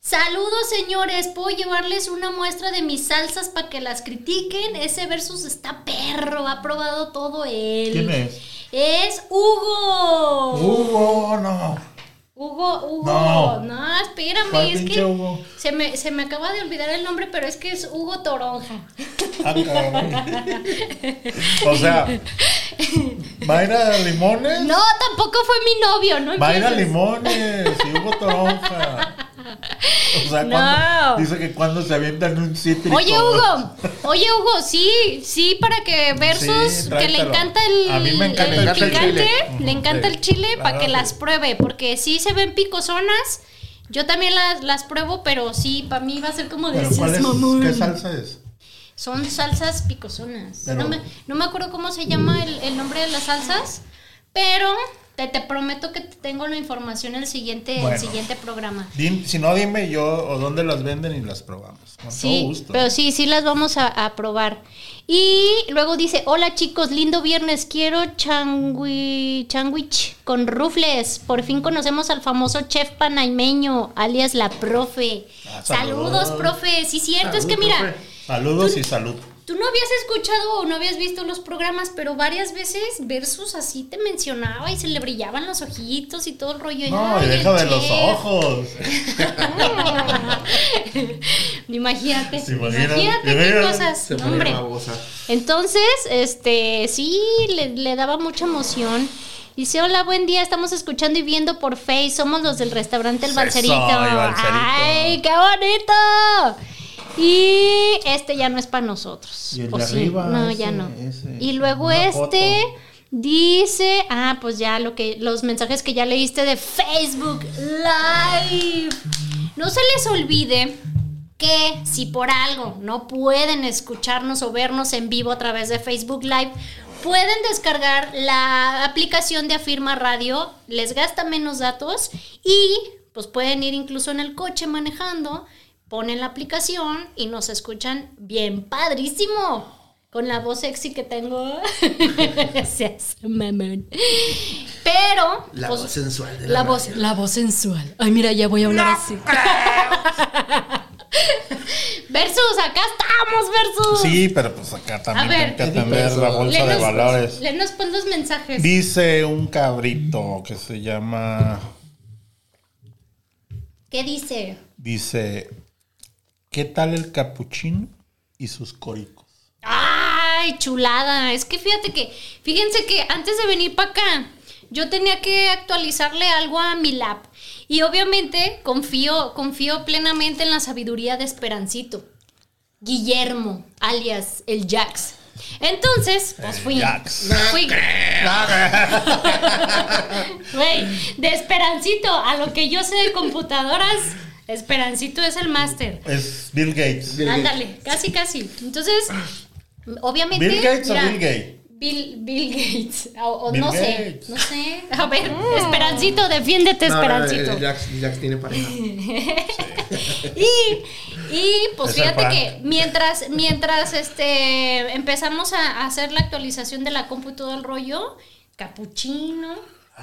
Saludos señores, puedo llevarles una muestra de mis salsas para que las critiquen. Ese versus está perro, ha probado todo él.
¿Quién es?
Es Hugo.
Hugo, no.
Hugo, Hugo. No,
No. ¿Cuál
espérame, es
pinche
que
Hugo?
Se, me, se me acaba de olvidar el nombre, pero es que es Hugo Toronja.
Ah, cabrón. o sea, Mayra Limones.
No, tampoco fue mi novio, ¿no?
Mayra
empieces.
Limones y Hugo Toronja. O sea,
No.
cuando, dice que cuando se avientan un cítrico.
Oye Hugo, oye Hugo, sí, sí para que versus
Sí,
que le
tráetelo.
encanta el,
A mí me encanta
el
el chile.
picante,
Ujú,
le encanta
sí,
el chile para
claro,
que
sí.
las pruebe, porque sí se ven picosonas. Yo también las, las pruebo, pero sí, para mí va a ser como de
¿Pero
"Seas
cuál es?
mamón".
¿Qué salsa es?
Son salsas picosonas.
Pero-
No, me, no me acuerdo cómo se llama el, el nombre de las salsas, pero te, te prometo que te tengo la información en el siguiente, el
Bueno.
siguiente programa.
Dim- si no, dime yo o dónde las venden y las probamos. Con todo
Sí,
gusto.
pero sí, sí las vamos a, a probar. Y luego dice, hola chicos, lindo viernes, quiero changui, changuich con rufles. Por fin conocemos al famoso chef panaimeño, alias la profe.
Ah,
saludos.
saludos.
profe. Sí, cierto, es
Salud,
que mira,
profe.
Saludos y salud.
tú no habías escuchado o no habías visto los programas, pero varias veces Versus así te mencionaba y se le brillaban los ojitos y todo el rollo.
No,
Ay,
y
el
deja de los
chef.
ojos.
Imagínate,
¿Se imaginan?
imagínate
¿De
qué
veras?
cosas,
Se
no,
pone
hombre.
babosa.
Entonces, este, sí, le, le daba mucha emoción. Dice, hola, buen día, estamos escuchando y viendo por Face, somos los del restaurante El
Eso,
Balserito.
el Balserito.
¡Ay, qué bonito! Y este ya no es para nosotros.
Y el
¿o
de
sí?
arriba,
No,
ese,
ya no.
ese,
y luego
una
este
foto.
dice, ah, pues ya lo que los mensajes que ya leíste de Facebook Live. No se les olvide que si por algo no pueden escucharnos o vernos en vivo a través de Facebook Live, pueden descargar la aplicación de Afirma Radio, les gasta menos datos y pues pueden ir incluso en el coche manejando, ponen la aplicación y nos escuchan bien padrísimo. Con la voz sexy que tengo. Seas mamón. Pero.
La
pues,
voz sensual de
la
la
voz, la voz sensual. Ay, mira, ya voy a hablar así. versus, acá estamos, Versus.
Sí, pero pues acá también
ver,
hay que atender la bolsa de
Lenos-
valores.
lenos, pon los mensajes.
Dice un cabrito que se llama.
¿Qué dice?
Dice. ¿Qué tal el capuchino y sus coricos?
Ay, chulada. Es que fíjate que, fíjense que antes de venir para acá, yo tenía que actualizarle algo a mi lab. Y obviamente confío, confío plenamente en la sabiduría de Esperancito. Guillermo, alias el Jax. Entonces, pues
El
fui.
Jax.
Fui. Güey, de Esperancito, a lo que yo sé de computadoras, Esperancito es el máster.
Es Bill Gates.
Bill Gates.
Ándale, casi, casi. Entonces, obviamente.
¿Bill Gates o
mira,
Bill Gates?
Bill, Bill Gates. O, o
Bill
no
Gates.
sé, no sé. A ver, Esperancito, defiéndete,
No, no, no,
Esperancito.
el Jax, el Jax tiene pareja.
Y, y pues
Es el
fíjate
Frank.
que mientras, mientras este empezamos a hacer la actualización de la compu y todo el rollo, capuchino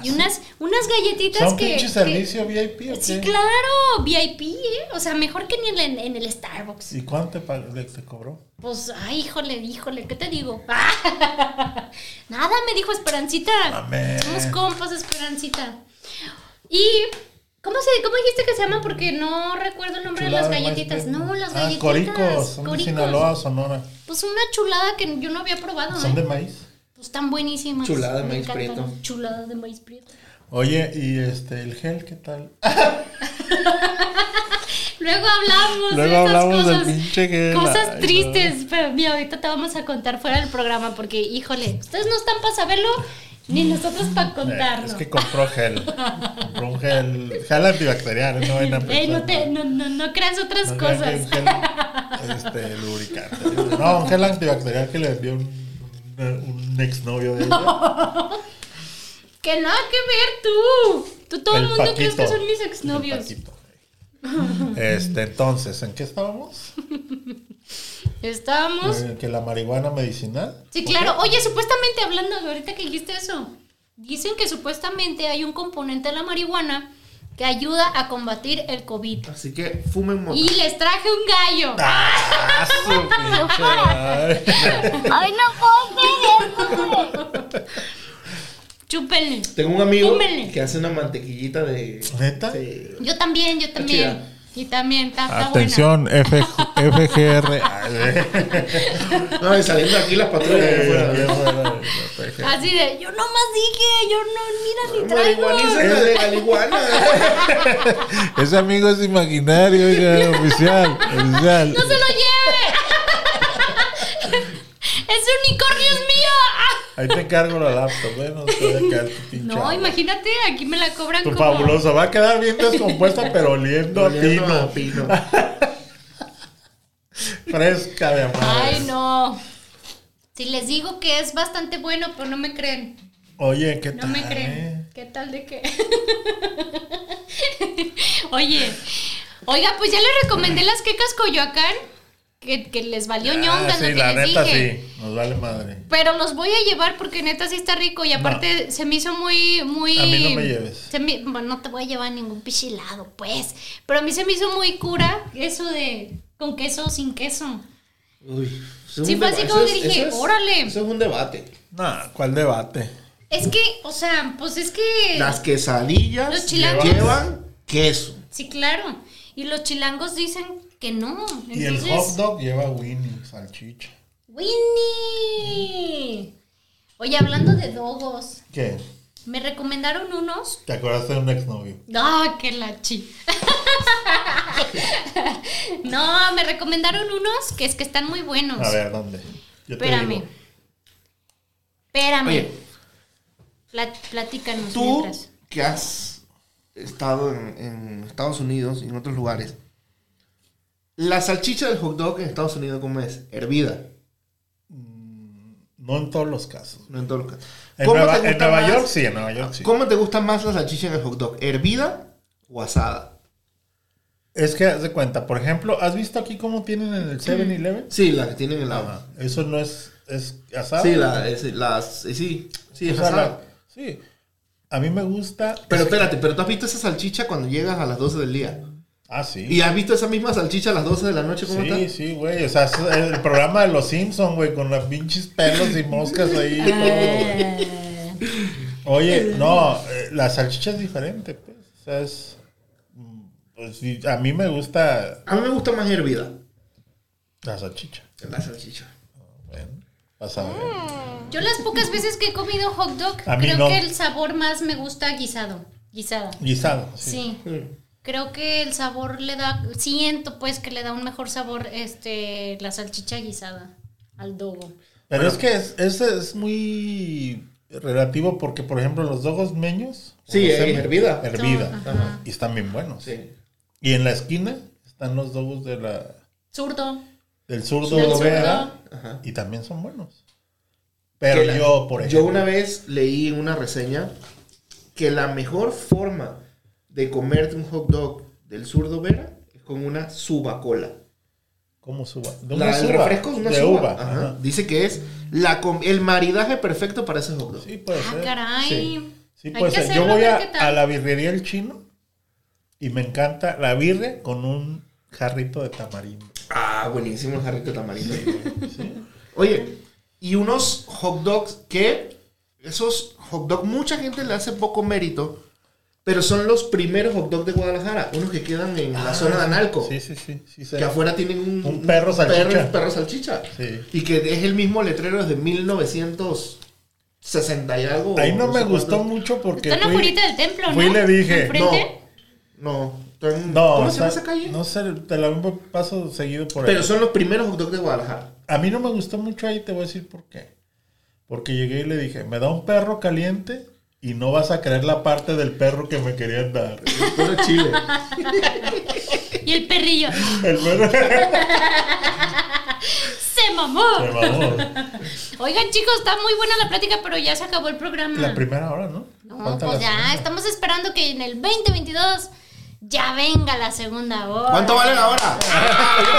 y unas, unas galletitas
Ah, ¿Son
que.
pinche
que-
servicio VIP o qué?
Sí, claro, VIP, ¿eh? O sea, mejor que ni en, el- en el Starbucks.
¿Y cuánto te, pa- le- te cobró?
Pues, ay, híjole, híjole, ¿qué te digo? Nada, me dijo Esperancita.
Amén.
Somos compas, Esperancita. Y, ¿cómo, se, ¿cómo dijiste que se llama? Porque no recuerdo el nombre
Chulada
de las
maíz
galletitas.
verde.
No, las
Ah,
galletitas.
coricos. Son
coricos.
de Sinaloa, Sonora.
Pues una chulada que yo no había probado,
Son
¿eh?
de maíz.
Pues tan buenísimas.
Chulada de
Me
maíz
encantan.
prieto.
Chulada de maíz prieto.
Oye, ¿y este, el gel qué tal?
Luego hablamos
Luego
de esas
hablamos del
cosas.
pinche que-
cosas
Ay, no.
tristes. Pero mira, ahorita te vamos a contar fuera del programa porque, híjole, ustedes no están para saberlo ni nosotros para
Eh,
contarlo.
es que compró gel. compró un gel. Gel antibacterial, no vayan a
Ey,
pensar,
no, te- no, no- no creas otras
pues, No crean
cosas.
que un gel, este, lubricante. No, un gel antibacterial que le vendió un, un exnovio de ella.
que nada que ver tú. Tú todo el,
El
mundo crees que
Paquito.
son mis
El
exnovios.
Paquito. Este, entonces, ¿en qué estábamos?
Estábamos.
Eh, Que la marihuana medicinal.
Sí, claro. Oye, supuestamente hablando de ahorita que dijiste eso, dicen que supuestamente hay un componente de la marihuana que ayuda a combatir el COVID.
Así que fumen mota.
Y les traje un gallo.
¡Ah, su pinche madre!
Ay, no puedo creer esto.
Chúpenle.
Tengo un amigo
Fúmenle.
que hace una mantequillita de.
¿Neta?
Sí.
Yo también, yo también.
chida.
Y también, está, está
Atención, F- FGR. Ay, eh.
No, y saliendo aquí las patrullas de afuera.
Bien
¿no?
fuera de FGR.
buena. Así de, yo nomás dije, yo no, mira, ni traigo.
Marihuanícenla de la iguana.
Ese amigo es imaginario, oiga, oficial, oficial.
¡No se lo lleve! ¡Ese unicornio es mío!
Ahí te cargo la laptop, bueno, te voy a quedar tu pinche.
No, imagínate, aquí me la cobran
Tu
como...
fabulosa, va a quedar bien descompuesta, pero oliendo a
Oliendo
pino.
a pino.
Fresca de amor.
Ay, no. Si les digo que es bastante bueno, pero no me creen.
Oye, ¿qué
No
tal?
me creen.
eh?
¿Qué tal de qué? Oye, oiga, pues ya les recomendé las quecas Coyoacán, que, que les valió ñonga,
Ah, sí,
lo que
la
les
neta
dije.
sí, nos vale madre.
Pero los voy a llevar porque neta sí está rico y aparte se me hizo muy, muy...
A mí no me lleves.
se me- bueno, no te voy a llevar a ningún pichilado, pues. Pero a mí se me hizo muy cura eso de con queso o sin queso.
Uy. eso es
Sí,
un
fue así
deba-
como
eso
que dije,
eso
órale.
Eso es un debate.
Nah, ¿cuál debate?
Es que, o sea, pues es que...
Las quesadillas
Los chilangos.
llevan queso.
Sí, claro. Y los chilangos dicen que no.
y el
Entonces,
hot dog lleva Winnie, salchicha.
Winnie. Oye, hablando de dogos,
¿Qué?
Me recomendaron unos.
¿Te acordaste de un exnovio?
¡Ah, qué lachi! no, me recomendaron unos que es que están muy buenos.
A ver, ¿dónde? Yo te
Espérame.
digo.
Espérame.
Oye.
Pla- platícanos
Tú
mientras.
que has estado en, en Estados Unidos y en otros lugares, la salchicha del hot dog en Estados Unidos, ¿cómo es? Hervida,
No en todos los casos.
no en todos los casos.
En
¿Cómo
Nueva,
te gusta
en Nueva
más-
York sí, en Nueva York sí.
¿Cómo te gusta más la salchicha en el hot dog? ¿Hervida o asada?
Es que haz de cuenta, por ejemplo, ¿has visto aquí cómo tienen en el 7-Eleven?
Sí, la que tienen en la...
Eso no es, es asado.
Sí, la, es- las- eh, sí, sí,
O
es
sea, la-
asada.
sí. A mí me gusta.
Pero espérate, pero tú has visto esa salchicha cuando llegas a las 12 del día.
Ah, sí.
¿Y has visto esa misma salchicha a las 12 de la noche? ¿Cómo
Sí,
está?
sí, güey. O sea, es el programa de los Simpsons, güey, con las pinches pelos y moscas ahí. y todo.
Eh,
Oye, no, eh, la salchicha es diferente, pues. O sea, es. mm, pues, sí, a mí me gusta
A mí me gusta más hervida.
la salchicha.
La salchicha.
Bueno, vas a ver.
yo las pocas veces que he comido hot dog,
A mí
creo
no.
que el sabor más me gusta guisado. Guisada.
Guisado. Sí.
Sí.
Mm,
Creo que el sabor le da, siento pues que le da un mejor sabor este la salchicha guisada al dogo.
Pero es que es, es, es muy relativo porque, por ejemplo, los dogos meños.
Sí,
los
eh,
sem-
hervida.
Hervida.
Son,
ajá.
Y están bien buenos.
Sí.
Y en la esquina están los dogos de la,
Zurdo.
del zurdo
Del zurdo.
Vera,
Ajá.
y también son buenos. Pero
que la-
yo, por ejemplo,
Yo una vez leí en una reseña que la mejor forma de comerte un hot dog del sur de Vera es con una subacola.
¿cómo suba? De
La, el
suba,
refresco es una
de
suba.
uva.
Ajá.
ajá.
Dice que es la com- el maridaje perfecto para ese hot dog.
Sí, puede
Ah,
ser.
caray.
Sí, Sí,
Hay
puede
que
ser. Yo
hacerlo,
voy
a ver
a,
qué tal.
a la birrería El Chino y me encanta la birre con un jarrito de tamarindo.
Ah, buenísimo el jarrito de tamarindo. Oye, y unos hot dogs que esos hot dogs mucha gente le hace poco mérito, pero son los primeros hot dogs de Guadalajara, unos que quedan en la zona de Analco.
Ah, Sí, sí, sí. sí sé.
Que afuera tienen un,
Un perro salchicha.
perro- perro salchicha.
Sí.
Y que es el mismo letrero desde 1960 y algo.
Ahí no
sé
me gustó
cuánto.
mucho porque
Están
fui,
afuera del templo, ¿no?
fui y le dije,
Enfrente.
No, no, están-
no,
¿Cómo
o
se llama
sea,
esa calle?
No sé, te la paso seguido por ahí.
Pero son los primeros hot dogs de Guadalajara.
A mí no me gustó mucho ahí, te voy a decir por qué. Porque llegué y le dije, me da un perro caliente y no vas a creer la parte del perro que me querían dar.
Puro chile.
Y el perrillo
El perro
se mamó.
me mamó.
Oigan, chicos, está muy buena la plática, pero ya se acabó el programa.
La primera hora, ¿no?
no,
Falta
pues
la
ya,
segunda.
estamos esperando que en el 2022 ya venga la segunda hora.
¿Cuánto vale la hora? Ah, yo pago la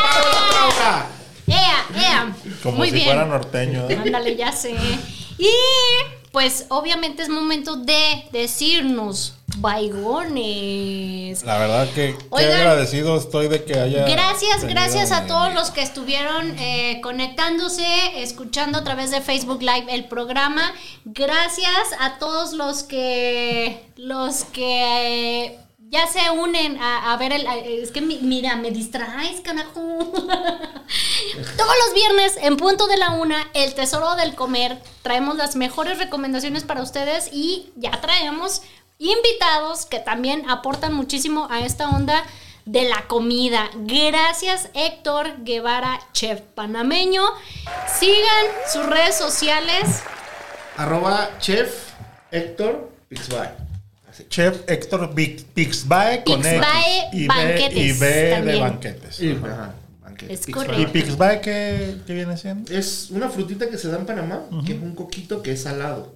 otra hora.
Ea, ea.
Como
muy
si
bien.
fuera norteño. ¿eh?
Ándale, ya sé. Y pues obviamente es momento de decirnos baigones.
La verdad que qué
Oigan.
agradecido estoy de que haya...
Gracias,
tenido
gracias a
mi-
todos los que estuvieron eh, conectándose, escuchando a través de Facebook Live el programa. Gracias a todos los que los que eh, ya se unen a, a ver el. a- Es que mi- mira, me distraes, carajo. Todos los viernes, en punto de la una, el tesoro del comer. Traemos las mejores recomendaciones para ustedes y ya traemos invitados que también aportan muchísimo a esta onda de la comida. Gracias, Héctor Guevara, chef panameño. Sigan sus redes sociales.
Arroba chef Héctor Pixby. Así.
Chef Héctor Pix- Pixbae con X
Pixbae
y B,
Banquetes
y B de
también.
banquetes.
Y, ajá, banquete,
Es
Pixby.
¿Y
correcto.
Pixbae qué, qué viene siendo?
Es una frutita que se da en Panamá, que es un coquito que es salado.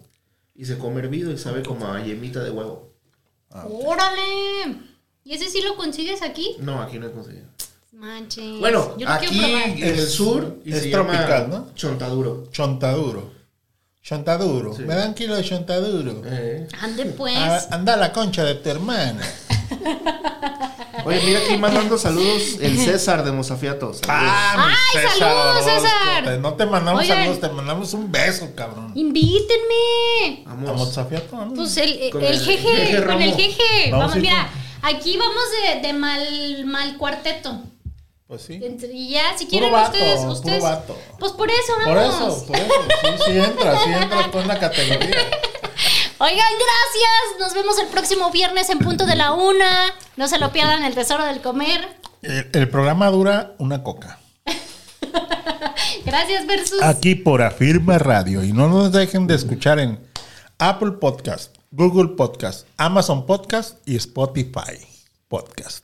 Y se come hervido y sabe como a yemita de huevo.
¡Órale! ¿Y ese sí lo consigues aquí?
No, aquí no he conseguido.
Manches.
Bueno,
yo lo quiero
aquí
probar.
en el
Es-
sur y
es
se
tropical,
llama
¿no?
chontaduro.
Chontaduro. Chontaduro.
Sí.
Me dan kilo de chontaduro.
Eh.
Ande pues.
Ah, anda a la concha de tu hermana.
Oye, mira aquí mandando saludos el César de Mozafiato. Saludos.
Ah.
mi ¡Ay, César saludos, Orozco! César! Te-
no te mandamos
Oigan.
saludos,
saludos,
te mandamos un beso, cabrón.
Invítenme.
Vamos.
Pues el,
Con
el
el
jeje,
jeje
con el
Romo.
jeje.
Vamos
Vamos,
a ir
mira, aquí vamos de, de mal, mal cuarteto.
Pues sí.
Entre- Y ya, si quieren
vato,
ustedes,
puro
ustedes.
vato.
Pues por eso
Por
vamos.
eso, por eso. Sí, sí entras, sí entras con la categoría.
Oigan, gracias. Nos vemos el próximo viernes en punto de la una. No se lo pierdan el tesoro del comer.
El, el programa dura una coca.
Gracias, Versus.
Aquí por Afirma Radio. Y no nos dejen de escuchar en Apple Podcast, Google Podcast, Amazon Podcast y Spotify Podcast.